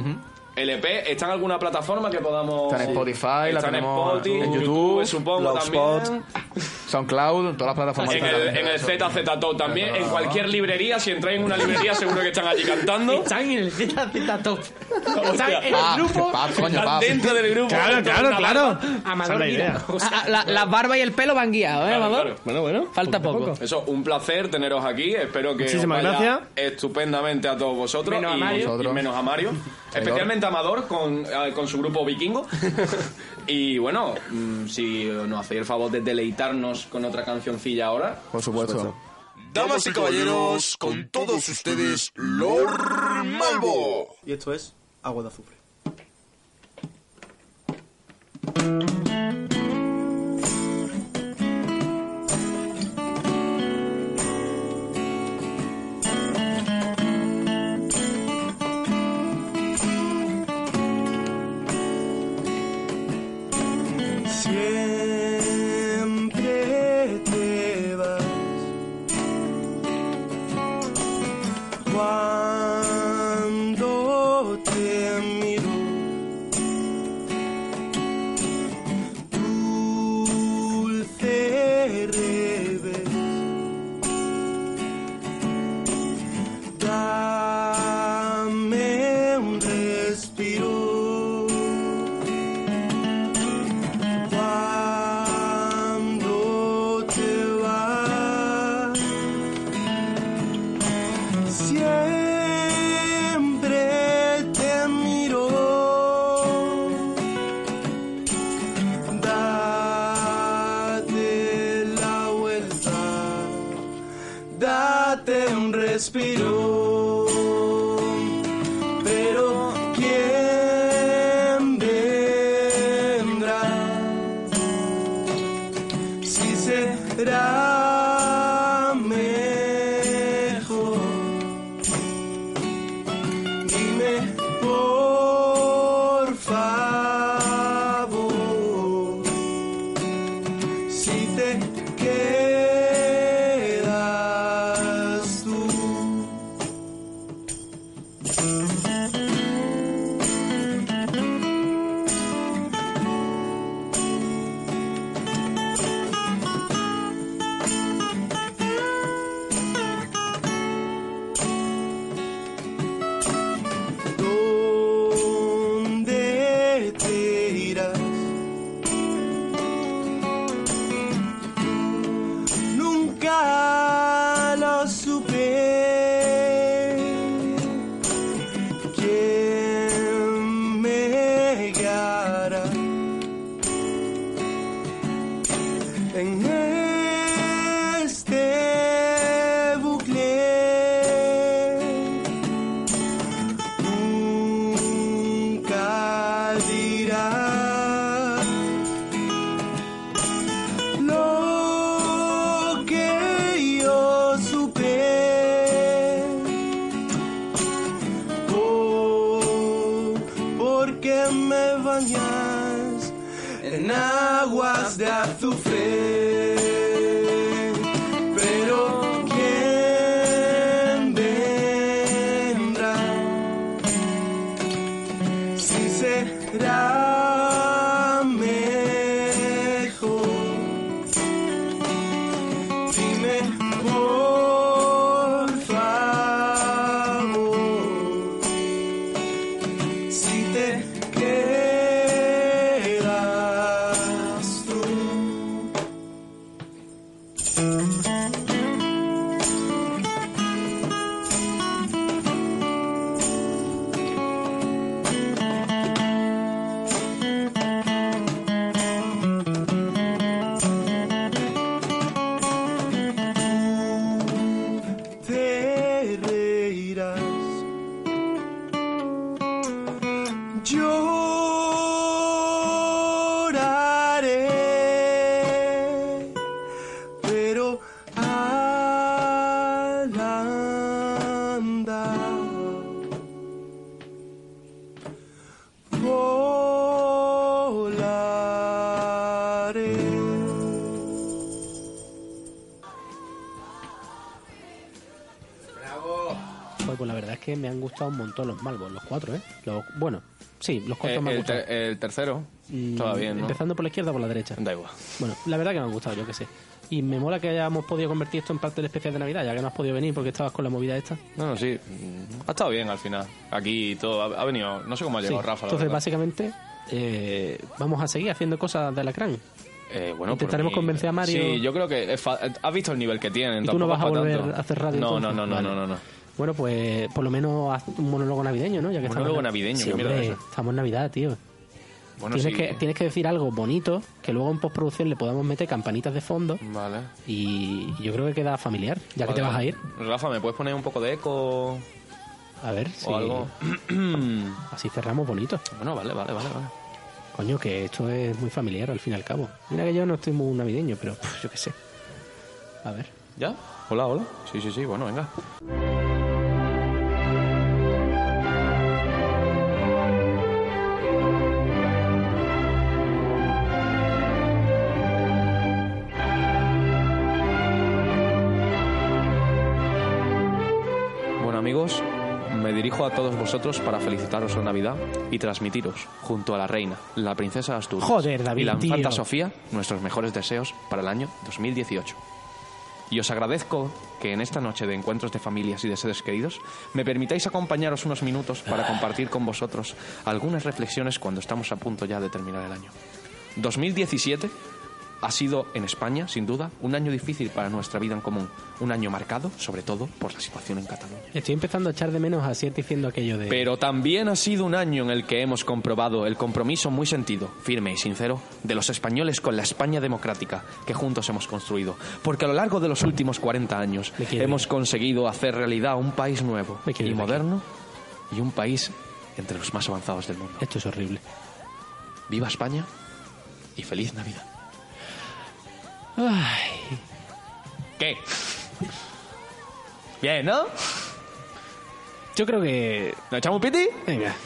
[SPEAKER 4] LP, ¿está en alguna plataforma que podamos...?
[SPEAKER 5] Está en Spotify, la
[SPEAKER 4] Está en
[SPEAKER 5] tenemos
[SPEAKER 4] Spotify,
[SPEAKER 5] en YouTube,
[SPEAKER 4] supongo también.
[SPEAKER 7] Blogspot.
[SPEAKER 5] SoundCloud, todas las plataformas.
[SPEAKER 4] En el, en el ZZ Top también, en cualquier librería, si entráis en una librería seguro que están allí cantando.
[SPEAKER 9] Están en el ZZ Top.
[SPEAKER 4] Hostia.
[SPEAKER 9] Están en
[SPEAKER 4] Ah,
[SPEAKER 9] el grupo.
[SPEAKER 4] qué paz, coño, Están paz. dentro del grupo. Claro, Dentro claro, de una claro. barba. Esa es
[SPEAKER 9] Amador
[SPEAKER 4] la idea.
[SPEAKER 9] guiado. Ah, la, la barba y el pelo van guiados, ¿eh, Amador?
[SPEAKER 4] Bueno, bueno.
[SPEAKER 9] Falta poco.
[SPEAKER 4] Eso, un placer teneros aquí. Espero que
[SPEAKER 9] Muchísimas
[SPEAKER 4] os vaya
[SPEAKER 9] gracias.
[SPEAKER 4] estupendamente a todos vosotros.
[SPEAKER 9] Menos a
[SPEAKER 4] y,
[SPEAKER 9] Mario.
[SPEAKER 4] y menos a Mario. Especialmente a Amador con, eh, con su grupo vikingo. y bueno, mm, si nos hacéis el favor de deleitarnos con otra cancioncilla ahora.
[SPEAKER 5] Por supuesto.
[SPEAKER 11] Damas y caballeros, con todos ustedes, Lord Malvo.
[SPEAKER 8] Y esto es agua de azufre.
[SPEAKER 12] Siempre te vas cuando te miro. Dulce revés, dame un respiro. Cuando te vas, siempre te miro. Date la vuelta, date un respiro. Pero quién vendrá si será mejor. Dime por favor si te quedas tú. ¿Dónde te irás? Nunca lo supe. ¿Quién me guiará? En este bucle nunca dirás lo que yo supe. Oh, porque me bañas en aguas de azufre. Pero quién vendrá si será mejor. Dime por favor si te quedas tú.
[SPEAKER 9] ¿eh?
[SPEAKER 1] pues la verdad es que me han gustado un montón los Malbos, los cuatro, ¿eh? Los- bueno, sí, los
[SPEAKER 4] Eh,
[SPEAKER 1] cuatro me han
[SPEAKER 4] el,
[SPEAKER 1] gustado.
[SPEAKER 4] ter- el tercero.
[SPEAKER 1] Mm,
[SPEAKER 4] Estaba bien, ¿no?
[SPEAKER 1] Empezando por la izquierda o por la derecha.
[SPEAKER 4] Da igual.
[SPEAKER 1] Bueno, la verdad que me han gustado, yo que sé. Y me mola que hayamos podido convertir esto en parte del especial de Navidad, ya que no has podido venir porque estabas con la movida esta.
[SPEAKER 4] No, no, sí. mm, Ha estado bien al final. Aquí todo. Ha, ha venido. No sé cómo ha
[SPEAKER 1] Sí.
[SPEAKER 4] llegado Rafa. la
[SPEAKER 1] Entonces,
[SPEAKER 4] verdad.
[SPEAKER 1] básicamente, eh, vamos a seguir haciendo cosas de Alacrán.
[SPEAKER 4] Eh, bueno, por
[SPEAKER 1] Intentaremos
[SPEAKER 4] mí-
[SPEAKER 1] convencer a Mario.
[SPEAKER 4] Sí, yo creo que. es fa- Has visto el nivel que tienen.
[SPEAKER 1] ¿Y tú no
[SPEAKER 4] tampoco
[SPEAKER 1] vas a
[SPEAKER 4] es pa'
[SPEAKER 1] volver
[SPEAKER 4] tanto.
[SPEAKER 1] a hacer radio,
[SPEAKER 4] No, no,
[SPEAKER 1] entonces?
[SPEAKER 4] no, no,
[SPEAKER 1] Vale.
[SPEAKER 4] no, no, no.
[SPEAKER 1] Bueno, pues por lo menos haz un monólogo navideño, ¿no? Ya que
[SPEAKER 4] Monólogo
[SPEAKER 1] estamos-
[SPEAKER 4] navideño,
[SPEAKER 1] Sí,
[SPEAKER 4] qué mierda
[SPEAKER 1] hombre,
[SPEAKER 4] eso.
[SPEAKER 1] estamos en Navidad, tío.
[SPEAKER 4] Bueno,
[SPEAKER 1] tienes,
[SPEAKER 4] Pues sí.
[SPEAKER 1] que, tienes que decir algo bonito que luego en postproducción le podamos meter campanitas de fondo
[SPEAKER 4] Vale.
[SPEAKER 1] y yo creo que queda familiar, ya que
[SPEAKER 4] Vale.
[SPEAKER 1] te vas a ir.
[SPEAKER 4] Rafa, ¿me puedes poner un poco de eco?
[SPEAKER 1] A ver si...
[SPEAKER 4] algo.
[SPEAKER 1] Así cerramos bonito.
[SPEAKER 4] Bueno, vale, vale, vale. vale.
[SPEAKER 1] Coño, que esto es muy familiar al fin y al cabo. Mira que yo no estoy muy navideño, pero pff, yo qué sé. A ver.
[SPEAKER 4] ¿Ya? Hola, hola. Sí, sí, sí, bueno, venga. Bueno amigos, me dirijo a todos vosotros para felicitaros la Navidad y transmitiros, junto a la reina, la princesa de Asturias
[SPEAKER 1] Joder, David,
[SPEAKER 4] y la infanta
[SPEAKER 1] tío.
[SPEAKER 4] Sofía, nuestros mejores deseos para el año 2018. Y os agradezco que en esta noche de encuentros de familias y de seres queridos me permitáis acompañaros unos minutos para compartir con vosotros algunas reflexiones cuando estamos a punto ya de terminar el año. 2017 ha sido en España, sin duda, un año difícil para nuestra vida en común, un año marcado sobre todo por la situación en Cataluña.
[SPEAKER 1] Estoy empezando a echar de menos a Siete diciendo aquello de...
[SPEAKER 4] Pero también ha sido un año en el que hemos comprobado el compromiso muy sentido, firme y sincero de los españoles con la España democrática que juntos hemos construido. Porque a lo largo de los últimos 40 años
[SPEAKER 10] quiero
[SPEAKER 4] hemos conseguido hacer realidad un país nuevo y moderno y un país entre los más avanzados del mundo.
[SPEAKER 1] Esto es horrible.
[SPEAKER 4] Viva España y feliz Navidad.
[SPEAKER 1] Ay,
[SPEAKER 4] ¿Qué? Bien, ¿no?
[SPEAKER 1] Yo creo que...
[SPEAKER 4] ¿Nos echamos un piti?
[SPEAKER 1] Venga.